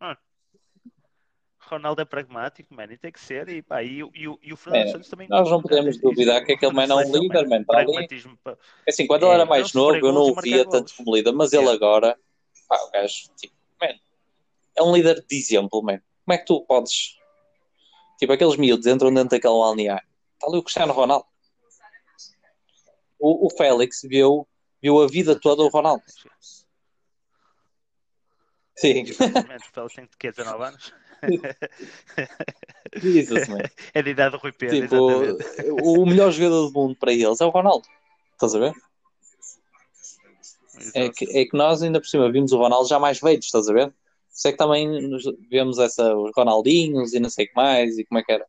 [SPEAKER 2] Ah. Ronaldo é pragmático, mano, e tem que ser. E, pá, e, o- e o- e o Fernando
[SPEAKER 3] É,
[SPEAKER 2] Santos também.
[SPEAKER 3] Nós não podemos
[SPEAKER 2] Isso-
[SPEAKER 3] duvidar que aquele
[SPEAKER 2] na
[SPEAKER 3] man é um
[SPEAKER 2] seleção,
[SPEAKER 3] líder, man. Para ali,
[SPEAKER 2] Pragmatismo. pá.
[SPEAKER 3] assim, quando
[SPEAKER 2] É,
[SPEAKER 3] ele era
[SPEAKER 2] não
[SPEAKER 3] mais
[SPEAKER 2] sofrer
[SPEAKER 3] novo, eu não
[SPEAKER 2] golos e
[SPEAKER 3] o
[SPEAKER 2] marcar
[SPEAKER 3] via tanto
[SPEAKER 2] golos.
[SPEAKER 3] como líder, mas ele
[SPEAKER 2] Yeah.
[SPEAKER 3] agora, pá, o gajo, tipo, man, é um líder de exemplo, man. Como é que tu podes? Tipo, aqueles miúdos entram dentro daquele balneário. Está ali o Cristiano Ronaldo. O, o Félix viu, viu a vida toda o Ronaldo.
[SPEAKER 2] assim,
[SPEAKER 3] Sim.
[SPEAKER 2] Exatamente. O Félix tem que 19 anos.
[SPEAKER 3] Jesus, man.
[SPEAKER 2] É da idade do Rui Pedro,
[SPEAKER 3] Tipo,
[SPEAKER 2] exatamente.
[SPEAKER 3] o melhor jogador do mundo para eles é o Ronaldo. Estás a ver? É que, é que nós ainda por cima vimos o Ronaldo já mais velho, estás a ver? Sei que também nos vemos essa, os Ronaldinhos e não sei o que mais e como é que era.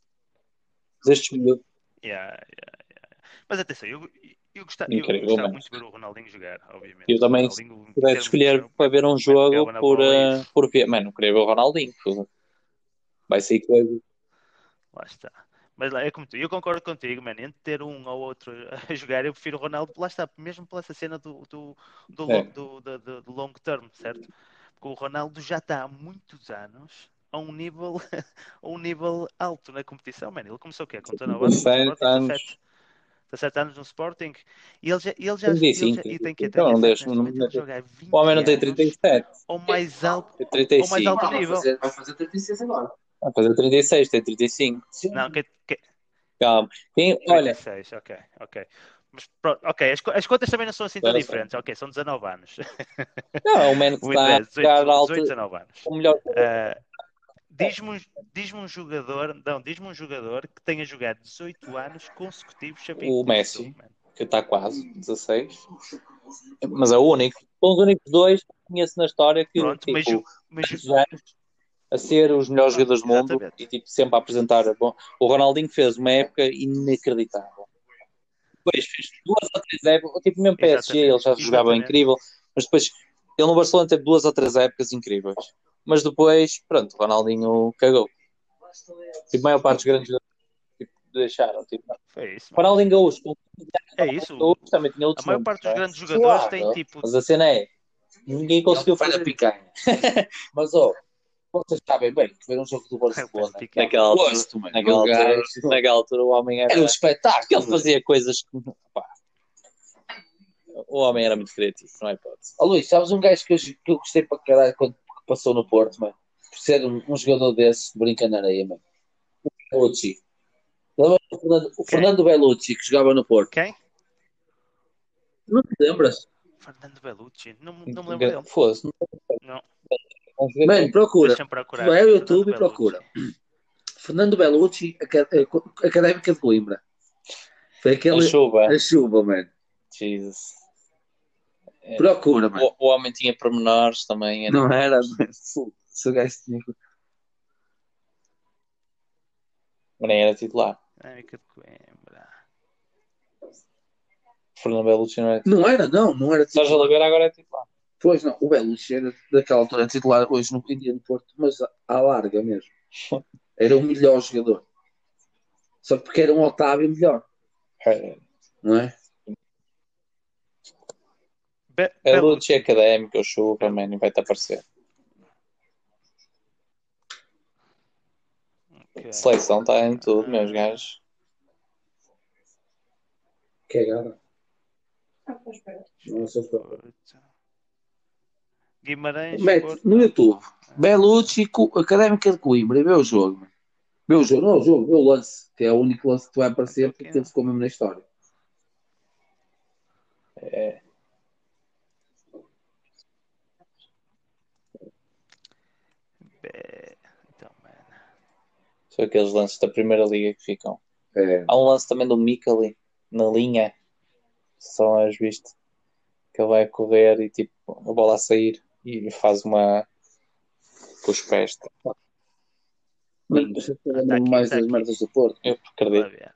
[SPEAKER 3] Mas Estes miúdos.
[SPEAKER 2] Yeah, yeah, yeah. Mas atenção, eu, eu gostava, eu
[SPEAKER 3] Incrível,
[SPEAKER 2] gostava
[SPEAKER 3] mas-
[SPEAKER 2] muito de ver o Ronaldinho jogar, obviamente.
[SPEAKER 3] Eu também,
[SPEAKER 2] O Ronaldinho, em
[SPEAKER 3] Se puder
[SPEAKER 2] termos de
[SPEAKER 3] escolher
[SPEAKER 2] jogo,
[SPEAKER 3] para ver um
[SPEAKER 2] pegava
[SPEAKER 3] jogo
[SPEAKER 2] na
[SPEAKER 3] por,
[SPEAKER 2] bola é e-
[SPEAKER 3] eh, por via. Mano, eu queria ver o Ronaldinho. pô. Vai ser coisa.
[SPEAKER 2] Lá está. Mas lá, é como tu, eu concordo contigo, mano. Entre ter um ou outro a jogar, eu prefiro o Ronaldo, lá está, mesmo pela essa cena do, do, do,
[SPEAKER 3] É.
[SPEAKER 2] long, do, do, do- do long term, certo? Porque o Ronaldo já está há muitos anos a um nível, a um nível alto na competição, mano. Ele começou o quê? Com 19 anos, no Sporting,
[SPEAKER 3] 17 anos.
[SPEAKER 2] 17, 17 anos no Sporting. E ele já, ele já,
[SPEAKER 3] Tem
[SPEAKER 2] ele já-
[SPEAKER 3] 25,
[SPEAKER 2] e tem que
[SPEAKER 3] então
[SPEAKER 2] 37
[SPEAKER 3] não deixa-
[SPEAKER 2] neste
[SPEAKER 3] não-
[SPEAKER 2] momento,
[SPEAKER 3] não-
[SPEAKER 2] ele joga há 20
[SPEAKER 3] O homem não tem
[SPEAKER 2] anos
[SPEAKER 3] 37,
[SPEAKER 2] ao mais alto.
[SPEAKER 3] tem
[SPEAKER 2] Ou mais alto.
[SPEAKER 3] 35.
[SPEAKER 1] Vai
[SPEAKER 2] nível.
[SPEAKER 1] fazer, vai fazer 36 agora.
[SPEAKER 3] Vai fazer 36, tem 35.
[SPEAKER 2] Não, que, que,
[SPEAKER 3] Calma. Tem, olha,
[SPEAKER 2] 36, ok, ok. Mas pronto, ok, as, co- as contas também não são assim tão
[SPEAKER 3] Era só.
[SPEAKER 2] diferentes, ok, são 19 anos.
[SPEAKER 3] não, é um man que
[SPEAKER 2] Muito
[SPEAKER 3] está a
[SPEAKER 2] bem, 18,
[SPEAKER 3] jogar alto.
[SPEAKER 2] 18, 19 anos.
[SPEAKER 3] O melhor
[SPEAKER 2] Ah, diz-me, um- diz-me um jogador, não, diz-me um jogador que tenha jogado 18 anos consecutivos Champions
[SPEAKER 3] O
[SPEAKER 2] League
[SPEAKER 3] Messi.
[SPEAKER 2] Sul, mano.
[SPEAKER 3] que está quase, 16. Mas é o único. São os únicos dois que conheço na história que,
[SPEAKER 2] Pronto,
[SPEAKER 3] tipo,
[SPEAKER 2] mas, ju- mas ju-
[SPEAKER 3] tantos anos a ser os melhores jogadores do mundo
[SPEAKER 2] Exatamente.
[SPEAKER 3] e, tipo, sempre a apresentar. Bom, o Ronaldinho fez uma época inacreditável. Depois fez duas ou três épocas, tipo, mesmo PSG, ele já
[SPEAKER 2] Exatamente.
[SPEAKER 3] jogava
[SPEAKER 2] Exatamente.
[SPEAKER 3] incrível, mas depois ele no Barcelona teve duas ou três épocas incríveis. Mas depois, pronto, o Ronaldinho cagou. Tipo, a maior parte dos grandes jogadores tipo, deixaram. Tipo,
[SPEAKER 2] foi isso, mano.
[SPEAKER 3] Ronaldinho Gaúcho, com
[SPEAKER 2] É isso. o-
[SPEAKER 3] outros, também tinha
[SPEAKER 2] A
[SPEAKER 3] outros
[SPEAKER 2] maior
[SPEAKER 3] nomes,
[SPEAKER 2] parte
[SPEAKER 3] não
[SPEAKER 2] dos
[SPEAKER 3] é?
[SPEAKER 2] grandes jogadores
[SPEAKER 3] Claro.
[SPEAKER 2] têm tipo.
[SPEAKER 3] Mas a cena é, ninguém conseguiu
[SPEAKER 1] Ele faz
[SPEAKER 3] fazer
[SPEAKER 1] a picanha.
[SPEAKER 3] Mas, ó, vocês sabem bem que ver um jogo do Barcelona
[SPEAKER 2] Faz Ah, picanha.
[SPEAKER 3] naquela altura,
[SPEAKER 1] né? Gosto, mano.
[SPEAKER 3] naquela,
[SPEAKER 1] O
[SPEAKER 3] altura,
[SPEAKER 1] gajo-
[SPEAKER 3] naquela altura o homem era...
[SPEAKER 1] Era um espetáculo.
[SPEAKER 3] Ele fazia coisas que... pá. O homem era muito criativo, não é hipótese.
[SPEAKER 1] Ó Luís, sabes um gajo que eu, que eu gostei para caralho quando passou no Porto, mano? Por ser um, um jogador desse, brinca na areia, mano. O Bellucci. Lembras do Fernando- O
[SPEAKER 2] Quem?
[SPEAKER 1] Fernando Bellucci, que jogava no Porto.
[SPEAKER 2] Quem?
[SPEAKER 1] Não te lembras?
[SPEAKER 2] Fernando Bellucci. Não, me- não me lembro dele.
[SPEAKER 3] Fosse.
[SPEAKER 2] Não.
[SPEAKER 3] Um jogador-
[SPEAKER 1] Mano, procura.
[SPEAKER 2] Deixa-me procurar.
[SPEAKER 1] Vai ao
[SPEAKER 2] Fernando
[SPEAKER 1] YouTube e
[SPEAKER 2] Bellucci.
[SPEAKER 1] procura. Fernando Bellucci, aca- eh, Académica de Coimbra. Foi
[SPEAKER 3] A
[SPEAKER 1] aquele...
[SPEAKER 3] é chuva.
[SPEAKER 1] A chuva, mano.
[SPEAKER 3] Jesus. É.
[SPEAKER 1] Procura, mano.
[SPEAKER 3] O, o homem tinha pormenores também. Era...
[SPEAKER 1] Não era, mano. Fu- Se o gajo tinha...
[SPEAKER 3] Nem era titular.
[SPEAKER 2] América de Coimbra.
[SPEAKER 3] Fernando Bellucci não era
[SPEAKER 1] Não era, não. Não era
[SPEAKER 3] titular. Sérgio Oliveira agora é titular.
[SPEAKER 1] Pois não, o Belucci era daquela altura titular hoje no Quindia do Porto, mas à- à larga mesmo. Era o melhor jogador. Só que porque era um Otávio melhor,
[SPEAKER 3] É.
[SPEAKER 1] não é?
[SPEAKER 2] Be-
[SPEAKER 3] Bellucci é académico, o chuva, mano, vai-te aparecer.
[SPEAKER 2] Ok.
[SPEAKER 3] Seleção está em tudo, meus gajos.
[SPEAKER 1] Que é gara. Não sei se-
[SPEAKER 2] Porto. Guimarães,
[SPEAKER 1] Mete é
[SPEAKER 2] Porto.
[SPEAKER 1] no YouTube Belucci, Co- Académica de Coimbra e vê o jogo. mano. Vê o jogo, não o jogo, vê o lance, que é o único lance que tu vai aparecer porque ele ficou mesmo na história.
[SPEAKER 2] Be- Então, mano.
[SPEAKER 3] São aqueles lances da primeira liga que ficam.
[SPEAKER 1] É.
[SPEAKER 3] Há um lance também do Mikali na linha. Só as viste. Que ele vai correr e tipo a bola a sair e faz uma com os pés.
[SPEAKER 1] Mas isso era
[SPEAKER 2] Tá aqui,
[SPEAKER 1] é mais
[SPEAKER 2] tá
[SPEAKER 1] das
[SPEAKER 2] aqui.
[SPEAKER 1] merdas do Porto.
[SPEAKER 3] Eu
[SPEAKER 2] Vou
[SPEAKER 3] acredito.
[SPEAKER 2] ver.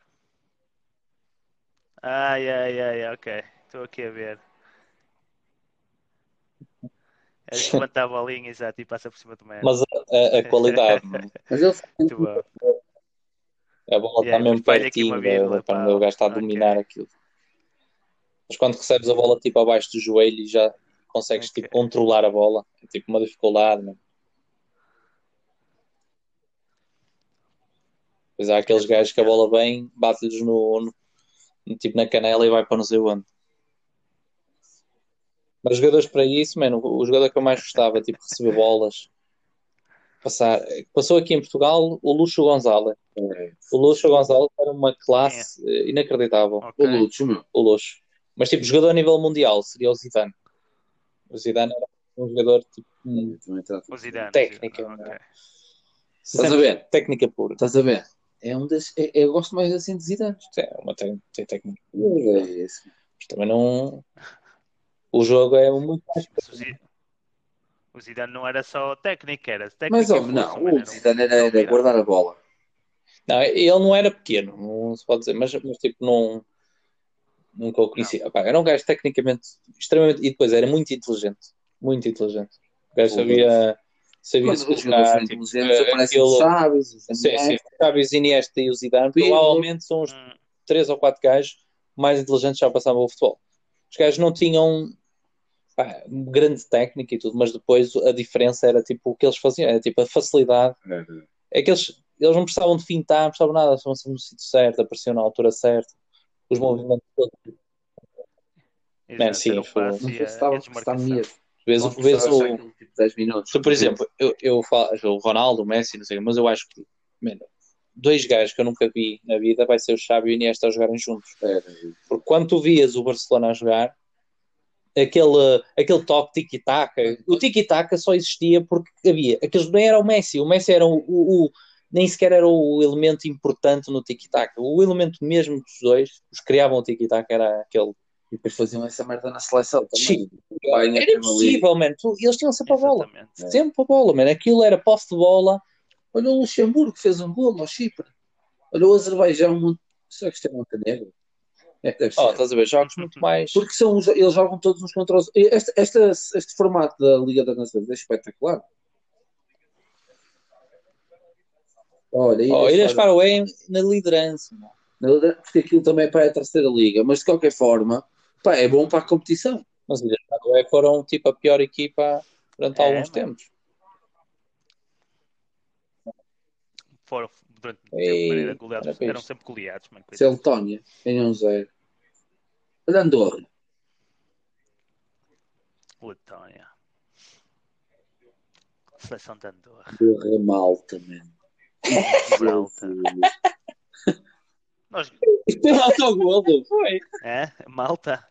[SPEAKER 2] Ai, ai, ai, ok. Estou aqui a ver. É levanta a bolinha, exato, e passa por cima do mano.
[SPEAKER 3] Mas a, a- a qualidade, mano.
[SPEAKER 1] Mas ele
[SPEAKER 2] Muito bom.
[SPEAKER 3] a bola está
[SPEAKER 2] Yeah,
[SPEAKER 3] tá mesmo
[SPEAKER 2] falha aqui uma
[SPEAKER 3] pertinho,
[SPEAKER 2] vírgula,
[SPEAKER 3] da-
[SPEAKER 2] pá.
[SPEAKER 3] quando o gajo está a
[SPEAKER 2] Ok.
[SPEAKER 3] dominar aquilo. Mas quando recebes a bola tipo abaixo do joelho e já consegues
[SPEAKER 2] Ok.
[SPEAKER 3] tipo, controlar a bola, é tipo uma dificuldade, mano. Pois há aqueles gajos que a bola vem, bate-lhes no, no- no- tipo na canela e vai para não sei onde. Mas os jogadores para isso, mano, o o jogador que eu mais gostava, tipo, receber bolas. Passar. Passou aqui em Portugal o Luxo Gonzalez. O Luxo Gonzalez era uma classe eh, inacreditável,
[SPEAKER 1] o
[SPEAKER 2] Ok.
[SPEAKER 1] Lúcio, meu.
[SPEAKER 3] o Luxo. Mas tipo, jogador a nível mundial seria o Zidane. O Zidane era um jogador tipo, hum,
[SPEAKER 1] Eu também trato.
[SPEAKER 2] O Zidane.
[SPEAKER 1] é?
[SPEAKER 3] Técnica,
[SPEAKER 2] Zidane, ok.
[SPEAKER 1] Estás a ver?
[SPEAKER 3] Técnica pura.
[SPEAKER 1] Estás a ver? É um das, é- eu gosto mais assim de Zidane.
[SPEAKER 3] É uma te- tem técnica.
[SPEAKER 1] É isso.
[SPEAKER 3] Mas também não. O jogo é muito.
[SPEAKER 2] Mas o Zi- O Zidane não era só técnica, era técnica.
[SPEAKER 1] Mas
[SPEAKER 2] e
[SPEAKER 1] homem,
[SPEAKER 2] força,
[SPEAKER 1] não,
[SPEAKER 2] mano,
[SPEAKER 1] o
[SPEAKER 2] era um-
[SPEAKER 1] Zidane era, era
[SPEAKER 2] virado.
[SPEAKER 1] guardar a bola.
[SPEAKER 3] Não, ele não era pequeno, não se pode dizer, mas, mas, tipo, não. Nunca o conheci. Opá, era um gajo tecnicamente extremamente. E depois era muito inteligente. Muito inteligente. O gajo
[SPEAKER 1] Pô,
[SPEAKER 3] sabia. Sabia
[SPEAKER 1] Mas
[SPEAKER 3] se
[SPEAKER 1] os jogadores
[SPEAKER 3] colocar.
[SPEAKER 1] são
[SPEAKER 3] Tipo,
[SPEAKER 1] inteligentes, aparecem
[SPEAKER 3] aquilo-
[SPEAKER 1] os Chaves, os
[SPEAKER 3] sim,
[SPEAKER 1] Iniesta.
[SPEAKER 3] sim, Chaves, Iniesta e o Zidane
[SPEAKER 1] Pirlo.
[SPEAKER 3] provavelmente são os
[SPEAKER 2] Hum,
[SPEAKER 3] três ou quatro gajos mais inteligentes que já passavam o futebol. Os gajos não tinham pá, grande técnica e tudo, mas depois a diferença era tipo o que eles faziam, era tipo a facilidade. É que eles, eles não precisavam de fintar, não precisavam de nada, estavam sempre no sítio certo, apareciam na altura certa, os movimentos todos.
[SPEAKER 2] exato,
[SPEAKER 3] sim,
[SPEAKER 2] era o
[SPEAKER 3] foi-
[SPEAKER 2] passe
[SPEAKER 1] Não
[SPEAKER 2] e a- e
[SPEAKER 1] estava
[SPEAKER 2] a
[SPEAKER 1] que estava
[SPEAKER 2] desmarcação.
[SPEAKER 1] medo.
[SPEAKER 3] Vês, o-
[SPEAKER 1] Não
[SPEAKER 3] vês
[SPEAKER 1] precisava achar
[SPEAKER 3] o,
[SPEAKER 1] aquilo tipo 10 minutos.
[SPEAKER 3] Tu, por exemplo, eu, eu falo o Ronaldo, o Messi, não sei, mas eu acho que man, dois gajos que eu nunca vi na vida vai ser o Xavi e o Iniesta a jogarem juntos. Porque quando tu vias o Barcelona a jogar, aquele, aquele toque tiki-taka, o tiki-taka só existia porque havia. Aqueles não era o Messi, o Messi era o, o- o- nem sequer era o elemento importante no tiki-taka. O elemento mesmo dos dois, os que criavam o tiki-taka, era aquele.
[SPEAKER 1] E depois faziam essa merda na seleção também. Tipo, ah,
[SPEAKER 3] Sim.
[SPEAKER 1] Vai na
[SPEAKER 3] Era impossível, man. Tu- Eles tinham sempre a bola.
[SPEAKER 2] Exatamente.
[SPEAKER 3] Sempre a bola, man. Aquilo era posse de bola.
[SPEAKER 1] Olha o Luxemburgo que fez um golo ao Chipre. Olha o Azerbaijão. muito- Será que isto é Montenegro? É, deve ser.
[SPEAKER 3] Oh, estás a ver? Jogos muito mais.
[SPEAKER 1] Porque são, os- eles jogam todos uns contra os outros. Este, esta- este formato da Liga das Nações é espetacular. Olha, Ilhas
[SPEAKER 3] Oh, Ilhas
[SPEAKER 1] Faroe.
[SPEAKER 3] Faroé na liderança. mano.
[SPEAKER 1] Porque aquilo também é para a terceira liga. Mas de qualquer forma, pá, é bom para a competição.
[SPEAKER 3] Mas Ilhas Faroé foram tipo a pior equipa durante
[SPEAKER 2] É,
[SPEAKER 3] alguns
[SPEAKER 2] mano.
[SPEAKER 3] tempos.
[SPEAKER 2] Foram durante muito
[SPEAKER 3] Ei,
[SPEAKER 2] tempo, mano, eram goleados-
[SPEAKER 3] era fixe.
[SPEAKER 2] eram sempre goleados, mano,
[SPEAKER 1] Se é a
[SPEAKER 2] coitado.
[SPEAKER 1] Letónia ganha um zero. Olha Andorra.
[SPEAKER 2] Letónia. é. Seleção de Andorra.
[SPEAKER 1] Andorra é malta, mano.
[SPEAKER 2] Gibraltar. Nós...
[SPEAKER 3] Isto é autogolo, foi.
[SPEAKER 2] É? Malta?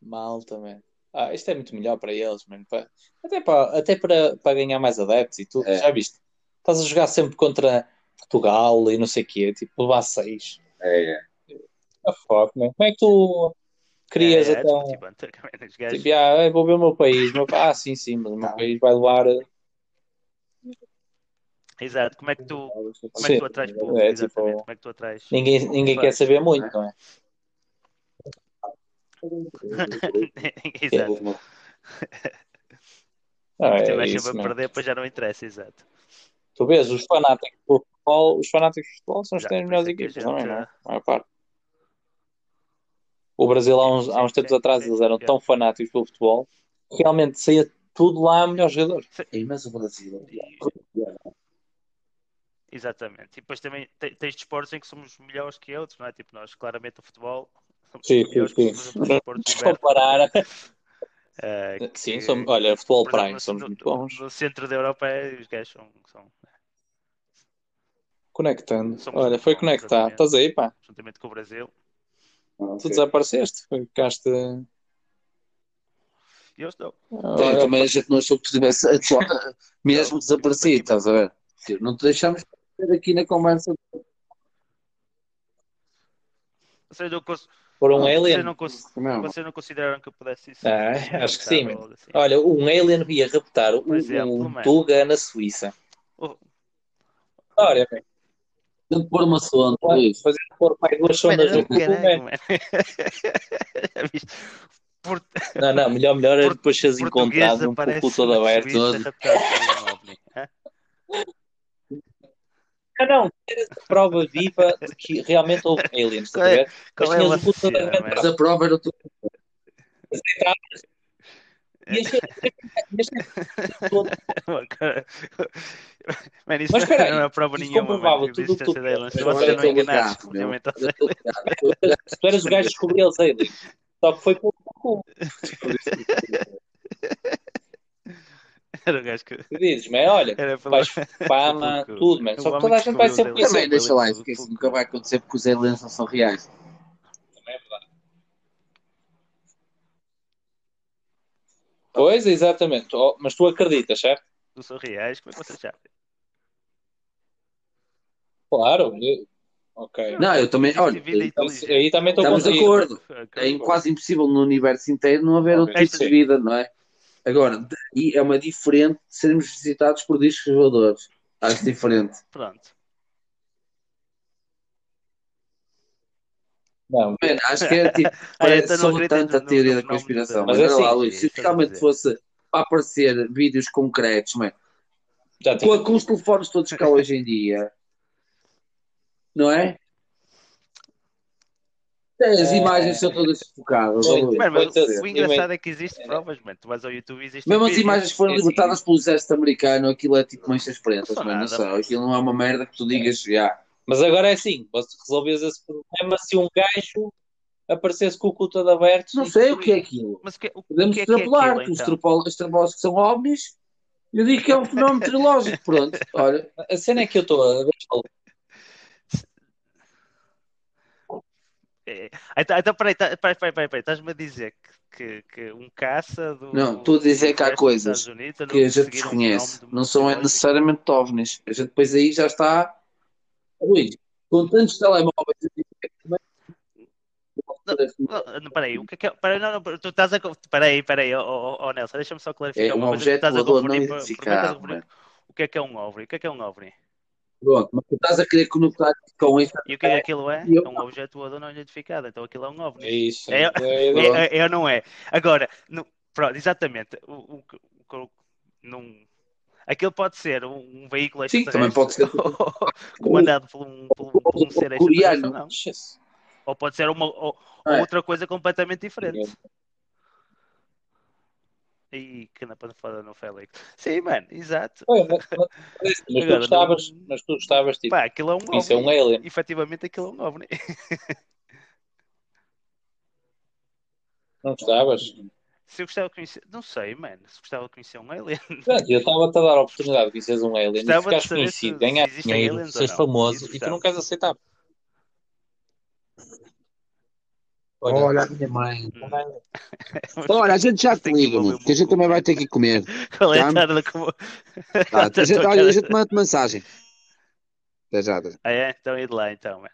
[SPEAKER 3] Mal também. Ah, isto é muito melhor para eles, mano. Pá, Até, para, até para, para ganhar mais adeptos e tudo,
[SPEAKER 1] É.
[SPEAKER 3] já viste? Estás a jogar sempre contra Portugal e não sei o quê, tipo, levar seis.
[SPEAKER 1] É, é.
[SPEAKER 3] Ah, fuck, man. Como é que tu querias
[SPEAKER 2] é, é,
[SPEAKER 3] então.
[SPEAKER 2] desmotivante, claramente, os gajos.
[SPEAKER 3] Tipo, ah, eu vou ver o meu país. Meu... pa- Ah, sim, sim, mas o meu
[SPEAKER 1] Tá.
[SPEAKER 3] país vai levar. eh,
[SPEAKER 2] Exato, como é que tu, como é
[SPEAKER 3] Sim,
[SPEAKER 2] que tu atrás público?
[SPEAKER 3] é, tipo,
[SPEAKER 2] Exatamente, como é que tu atrás?
[SPEAKER 3] Ninguém, ninguém quer saber muito, não é?
[SPEAKER 2] Exato,
[SPEAKER 3] Ah, é
[SPEAKER 2] tu vais
[SPEAKER 3] isso,
[SPEAKER 2] sempre a
[SPEAKER 3] mano.
[SPEAKER 2] perder, pois já não interessa, exato.
[SPEAKER 3] Tu vês, os fanáticos do futebol, os fanáticos do futebol são as
[SPEAKER 2] Já,
[SPEAKER 3] três
[SPEAKER 2] por
[SPEAKER 3] melhores
[SPEAKER 2] isso é que a
[SPEAKER 3] equipas, não é?
[SPEAKER 2] gente,
[SPEAKER 3] Não é?
[SPEAKER 2] eh,
[SPEAKER 3] A maior parte. O Brasil, há uns, há uns
[SPEAKER 2] Sim,
[SPEAKER 3] tempos
[SPEAKER 2] sim,
[SPEAKER 3] atrás,
[SPEAKER 2] sim,
[SPEAKER 3] eles eram
[SPEAKER 2] sim.
[SPEAKER 3] tão fanáticos pelo futebol que realmente saía tudo lá a melhor jogador.
[SPEAKER 1] Ei, mas o Brasil.
[SPEAKER 2] E- Exatamente. E depois também te- tens desportos em que somos melhores que outros, não é? Tipo, nós, claramente, o futebol somos
[SPEAKER 3] Sim,
[SPEAKER 2] melhores
[SPEAKER 3] sim,
[SPEAKER 2] que
[SPEAKER 3] sim.
[SPEAKER 2] os outros desportos
[SPEAKER 3] Se
[SPEAKER 2] abertos.
[SPEAKER 3] comparar.
[SPEAKER 2] eh, que,
[SPEAKER 3] Sim, somos, olha, futebol
[SPEAKER 2] por exemplo,
[SPEAKER 3] praia,
[SPEAKER 2] no-
[SPEAKER 3] somos
[SPEAKER 2] no-
[SPEAKER 3] muito bons.
[SPEAKER 2] No centro da Europa, eh, os gajos são, são,
[SPEAKER 3] Conectando.
[SPEAKER 2] Somos
[SPEAKER 3] Olha,
[SPEAKER 2] muito
[SPEAKER 3] foi
[SPEAKER 2] bons,
[SPEAKER 3] conectar.
[SPEAKER 2] exatamente.
[SPEAKER 3] Estás aí, pá?
[SPEAKER 2] juntamente com o Brasil.
[SPEAKER 3] Tu desapareceste? Ficaste.
[SPEAKER 2] E eu estou.
[SPEAKER 1] Então,
[SPEAKER 3] Olha,
[SPEAKER 1] também a gente não achou que tu tivesse a tua- mesmo desaparecido, estás a ver? Tipo, Não te deixamos ter aqui na conversa.
[SPEAKER 2] Vocês não, cons-
[SPEAKER 3] Por um
[SPEAKER 2] vocês
[SPEAKER 3] alien.
[SPEAKER 2] não, cons-
[SPEAKER 1] Não.
[SPEAKER 2] vocês não consideraram que eu pudesse isso?
[SPEAKER 3] Ah, acho que sim,
[SPEAKER 2] Ou
[SPEAKER 3] mano.
[SPEAKER 2] algo assim.
[SPEAKER 3] Olha, um alien ia raptar o,
[SPEAKER 2] Por exemplo,
[SPEAKER 3] o
[SPEAKER 2] mano.
[SPEAKER 3] Tuga na Suíça.
[SPEAKER 2] é, Oh,
[SPEAKER 3] Olha, mano,
[SPEAKER 1] Tem que pôr uma sonda,
[SPEAKER 3] pode
[SPEAKER 1] Luís.
[SPEAKER 3] fazer pôr mais duas
[SPEAKER 2] mano,
[SPEAKER 3] sondas
[SPEAKER 2] era
[SPEAKER 3] no
[SPEAKER 2] um
[SPEAKER 3] cu,
[SPEAKER 2] caralho,
[SPEAKER 3] mano.
[SPEAKER 2] mano. Já viste? Por-
[SPEAKER 3] Não, não, melhor, melhor é
[SPEAKER 2] Por-
[SPEAKER 3] depois seres
[SPEAKER 2] português
[SPEAKER 3] encontrado num
[SPEAKER 2] aparece
[SPEAKER 3] cu todo
[SPEAKER 2] na
[SPEAKER 3] aberto.
[SPEAKER 2] Suíça
[SPEAKER 1] todo.
[SPEAKER 2] raptado por um ovni. Hã?
[SPEAKER 3] Não, não, era a prova viva de que realmente houve aliens, estás a ver? Mas
[SPEAKER 2] Qual é
[SPEAKER 3] tinhas
[SPEAKER 2] a
[SPEAKER 3] o cu todo
[SPEAKER 2] cena,
[SPEAKER 3] aberto.
[SPEAKER 1] Mas
[SPEAKER 2] mano?
[SPEAKER 1] a prova era o teu.
[SPEAKER 3] Ias ter- ias ter-
[SPEAKER 2] Mano, isso
[SPEAKER 3] Mas espera aí,
[SPEAKER 2] não é prova
[SPEAKER 3] isso
[SPEAKER 2] nenhuma,
[SPEAKER 3] comprovava
[SPEAKER 2] mano, de
[SPEAKER 3] tudo o que tu
[SPEAKER 2] existência de aliens. né? Se
[SPEAKER 1] Agora
[SPEAKER 2] vocês
[SPEAKER 1] eu
[SPEAKER 2] não é
[SPEAKER 1] tô
[SPEAKER 2] enganassem,
[SPEAKER 1] ligado, meu.
[SPEAKER 2] obviamente,
[SPEAKER 1] Eu tô ligado.
[SPEAKER 3] Tu eras o gajo que descobriu os aliens. Só que foi pelo cu.
[SPEAKER 2] era o gajo que
[SPEAKER 3] Tu dizes, mas olha,
[SPEAKER 2] era pela...
[SPEAKER 3] vais fama,
[SPEAKER 2] Pelo cu.
[SPEAKER 3] tudo, mano.
[SPEAKER 2] O
[SPEAKER 3] Só que
[SPEAKER 2] homem
[SPEAKER 3] toda a gente vai
[SPEAKER 2] descobriu
[SPEAKER 3] sempre
[SPEAKER 2] os aliens.
[SPEAKER 3] conhecer.
[SPEAKER 1] Também deixa lá isso, que isso nunca vai acontecer porque os aliens não são reais.
[SPEAKER 3] Também é verdade. Pois, exatamente. Oh, mas tu acreditas, certo?
[SPEAKER 2] Não são reais, como é que vocês sabem?
[SPEAKER 3] Claro. eu- Ok.
[SPEAKER 1] Não, eu também. Olha,
[SPEAKER 2] Vida
[SPEAKER 3] Então,
[SPEAKER 2] inteligente.
[SPEAKER 3] aí também estou
[SPEAKER 1] Estamos de
[SPEAKER 3] contigo.
[SPEAKER 1] acordo.
[SPEAKER 2] Ok.
[SPEAKER 1] é quase impossível no universo inteiro não haver outro
[SPEAKER 2] Ok.
[SPEAKER 1] tipo de vida, não é? Agora, daí é uma diferente de sermos visitados por discos voadores. Acho diferente.
[SPEAKER 2] Pronto.
[SPEAKER 3] Não,
[SPEAKER 1] Man, acho que é tipo.
[SPEAKER 2] Ah,
[SPEAKER 1] Parece
[SPEAKER 2] então não
[SPEAKER 1] só
[SPEAKER 2] acredito
[SPEAKER 1] tanta
[SPEAKER 2] no-
[SPEAKER 1] teoria da
[SPEAKER 2] no fenómeno
[SPEAKER 1] conspiração.
[SPEAKER 2] da-
[SPEAKER 1] Mas
[SPEAKER 3] Mas é
[SPEAKER 1] olha lá,
[SPEAKER 2] assim,
[SPEAKER 1] Luís,
[SPEAKER 2] é
[SPEAKER 1] se
[SPEAKER 2] isso que eu
[SPEAKER 1] realmente
[SPEAKER 2] dizer.
[SPEAKER 1] fosse para aparecer vídeos concretos, man,
[SPEAKER 3] já
[SPEAKER 1] com,
[SPEAKER 3] tive.
[SPEAKER 1] a- com os telefones todos cá hoje em dia, não é? Tem as
[SPEAKER 3] É.
[SPEAKER 1] imagens são todas focadas,
[SPEAKER 3] Pois,
[SPEAKER 1] Luís.
[SPEAKER 2] Mano, mas
[SPEAKER 3] Muitas-
[SPEAKER 2] o- o engraçado é que existe provas, mano. Tu vais ao YouTube e existe.
[SPEAKER 1] Mesmo as imagens que foram
[SPEAKER 3] é assim.
[SPEAKER 1] libertadas pelo exército americano, aquilo é tipo manchas pretas,
[SPEAKER 2] Não são
[SPEAKER 1] mano, não
[SPEAKER 2] nada.
[SPEAKER 1] sei, aquilo não é uma merda que tu digas já.
[SPEAKER 3] Mas agora é assim, você resolvias esse problema se um gajo aparecesse com o cu todo aberto.
[SPEAKER 1] Não sei o que é aquilo.
[SPEAKER 2] Mas o que, o, o
[SPEAKER 1] Podemos
[SPEAKER 2] que é que é
[SPEAKER 1] extrapolar,
[SPEAKER 2] aquilo,
[SPEAKER 1] que os
[SPEAKER 2] então?
[SPEAKER 1] extrapol- extrapolam que são óbvios, eu digo que é um fenómeno meteorológico, pronto, olha.
[SPEAKER 3] A cena é que eu estou a ver.
[SPEAKER 2] É. Então, então peraí, tá- peraí, peraí, peraí, peraí. Estás-me a dizer que, que, que um caça do.
[SPEAKER 1] Não, estou a dizer que há
[SPEAKER 2] do exército dos
[SPEAKER 1] coisas
[SPEAKER 2] Estados Unidos a não
[SPEAKER 1] que a gente
[SPEAKER 2] conseguir um
[SPEAKER 1] desconhece.
[SPEAKER 2] fenómeno
[SPEAKER 1] Não são é
[SPEAKER 2] meteorológico?
[SPEAKER 1] necessariamente ovnis. A gente depois aí já está. Luís, com tantos telemóveis. eu digo que é também-
[SPEAKER 2] Não, não, peraí, o que é que é? Peraí, não, não, tu estás a. co- Peraí, peraí, ó ó, ó, Nelson, deixa-me só clarificar
[SPEAKER 1] É um
[SPEAKER 2] uma coisa que tu
[SPEAKER 1] objeto
[SPEAKER 2] estás a
[SPEAKER 1] voador não
[SPEAKER 2] confundir. por- por mim, estás a
[SPEAKER 1] identificado.
[SPEAKER 2] confundir
[SPEAKER 1] né?
[SPEAKER 2] O que é que é um OVNI? O que é que é um OVNI?
[SPEAKER 1] Pronto, mas tu estás a querer conectar com isso.
[SPEAKER 2] E o que é que aquilo é?
[SPEAKER 1] Eu-
[SPEAKER 2] É um objeto voador não identificado, então aquilo é um OVNI.
[SPEAKER 3] É isso.
[SPEAKER 2] É-
[SPEAKER 3] é- é-
[SPEAKER 1] Pronto.
[SPEAKER 2] É, é, é ou não é? Agora, no- pronto, exatamente. O, o, que- o que eu não- aquilo pode ser um, um veículo
[SPEAKER 1] Sim, também pode ser.
[SPEAKER 2] comandado por um, por um- por um ser extraterrestre,
[SPEAKER 1] Coreano.
[SPEAKER 2] não.
[SPEAKER 3] Shit.
[SPEAKER 2] Ou pode ser uma, ou-
[SPEAKER 1] É.
[SPEAKER 2] outra coisa completamente diferente.
[SPEAKER 1] É.
[SPEAKER 2] E que na panfada no Félix. Sim, mano, exato.
[SPEAKER 3] Ué, mas, mas- mas
[SPEAKER 2] Agora,
[SPEAKER 3] tu gostavas,
[SPEAKER 2] não-
[SPEAKER 3] mas tu gostavas, tipo,
[SPEAKER 2] Pá, aquilo é um OVNI.
[SPEAKER 3] isso é um alien.
[SPEAKER 2] Efetivamente aquilo é um OVNI.
[SPEAKER 3] Não gostavas?
[SPEAKER 2] Se eu gostava de conhecer, não sei, mano, se gostava de conhecer um alien.
[SPEAKER 3] Portanto, eu estava-te a dar a oportunidade de seres um alien,
[SPEAKER 2] Gostava
[SPEAKER 3] de
[SPEAKER 2] de
[SPEAKER 3] ficares
[SPEAKER 2] saber
[SPEAKER 3] conhecido,
[SPEAKER 2] se-
[SPEAKER 3] ganhar
[SPEAKER 2] se existem
[SPEAKER 3] dinheiro,
[SPEAKER 2] aliens ou
[SPEAKER 3] seres
[SPEAKER 2] não.
[SPEAKER 3] famoso
[SPEAKER 2] Isso
[SPEAKER 3] e tu não
[SPEAKER 2] gostava.
[SPEAKER 3] queres aceitar. Olha,
[SPEAKER 1] Olha, a minha mãe.
[SPEAKER 2] Hum.
[SPEAKER 1] Então, Olha, a gente já te
[SPEAKER 2] Tem que
[SPEAKER 1] liga,
[SPEAKER 2] envolver
[SPEAKER 1] mano, que a gente também vai ter que comer.
[SPEAKER 2] Qual é a
[SPEAKER 1] Tá.
[SPEAKER 2] tarde que vou-
[SPEAKER 1] Tá? A gente, olha, a gente manda-te mensagem. Até já, até já.
[SPEAKER 2] Ah, é? Então ir lá então, mano.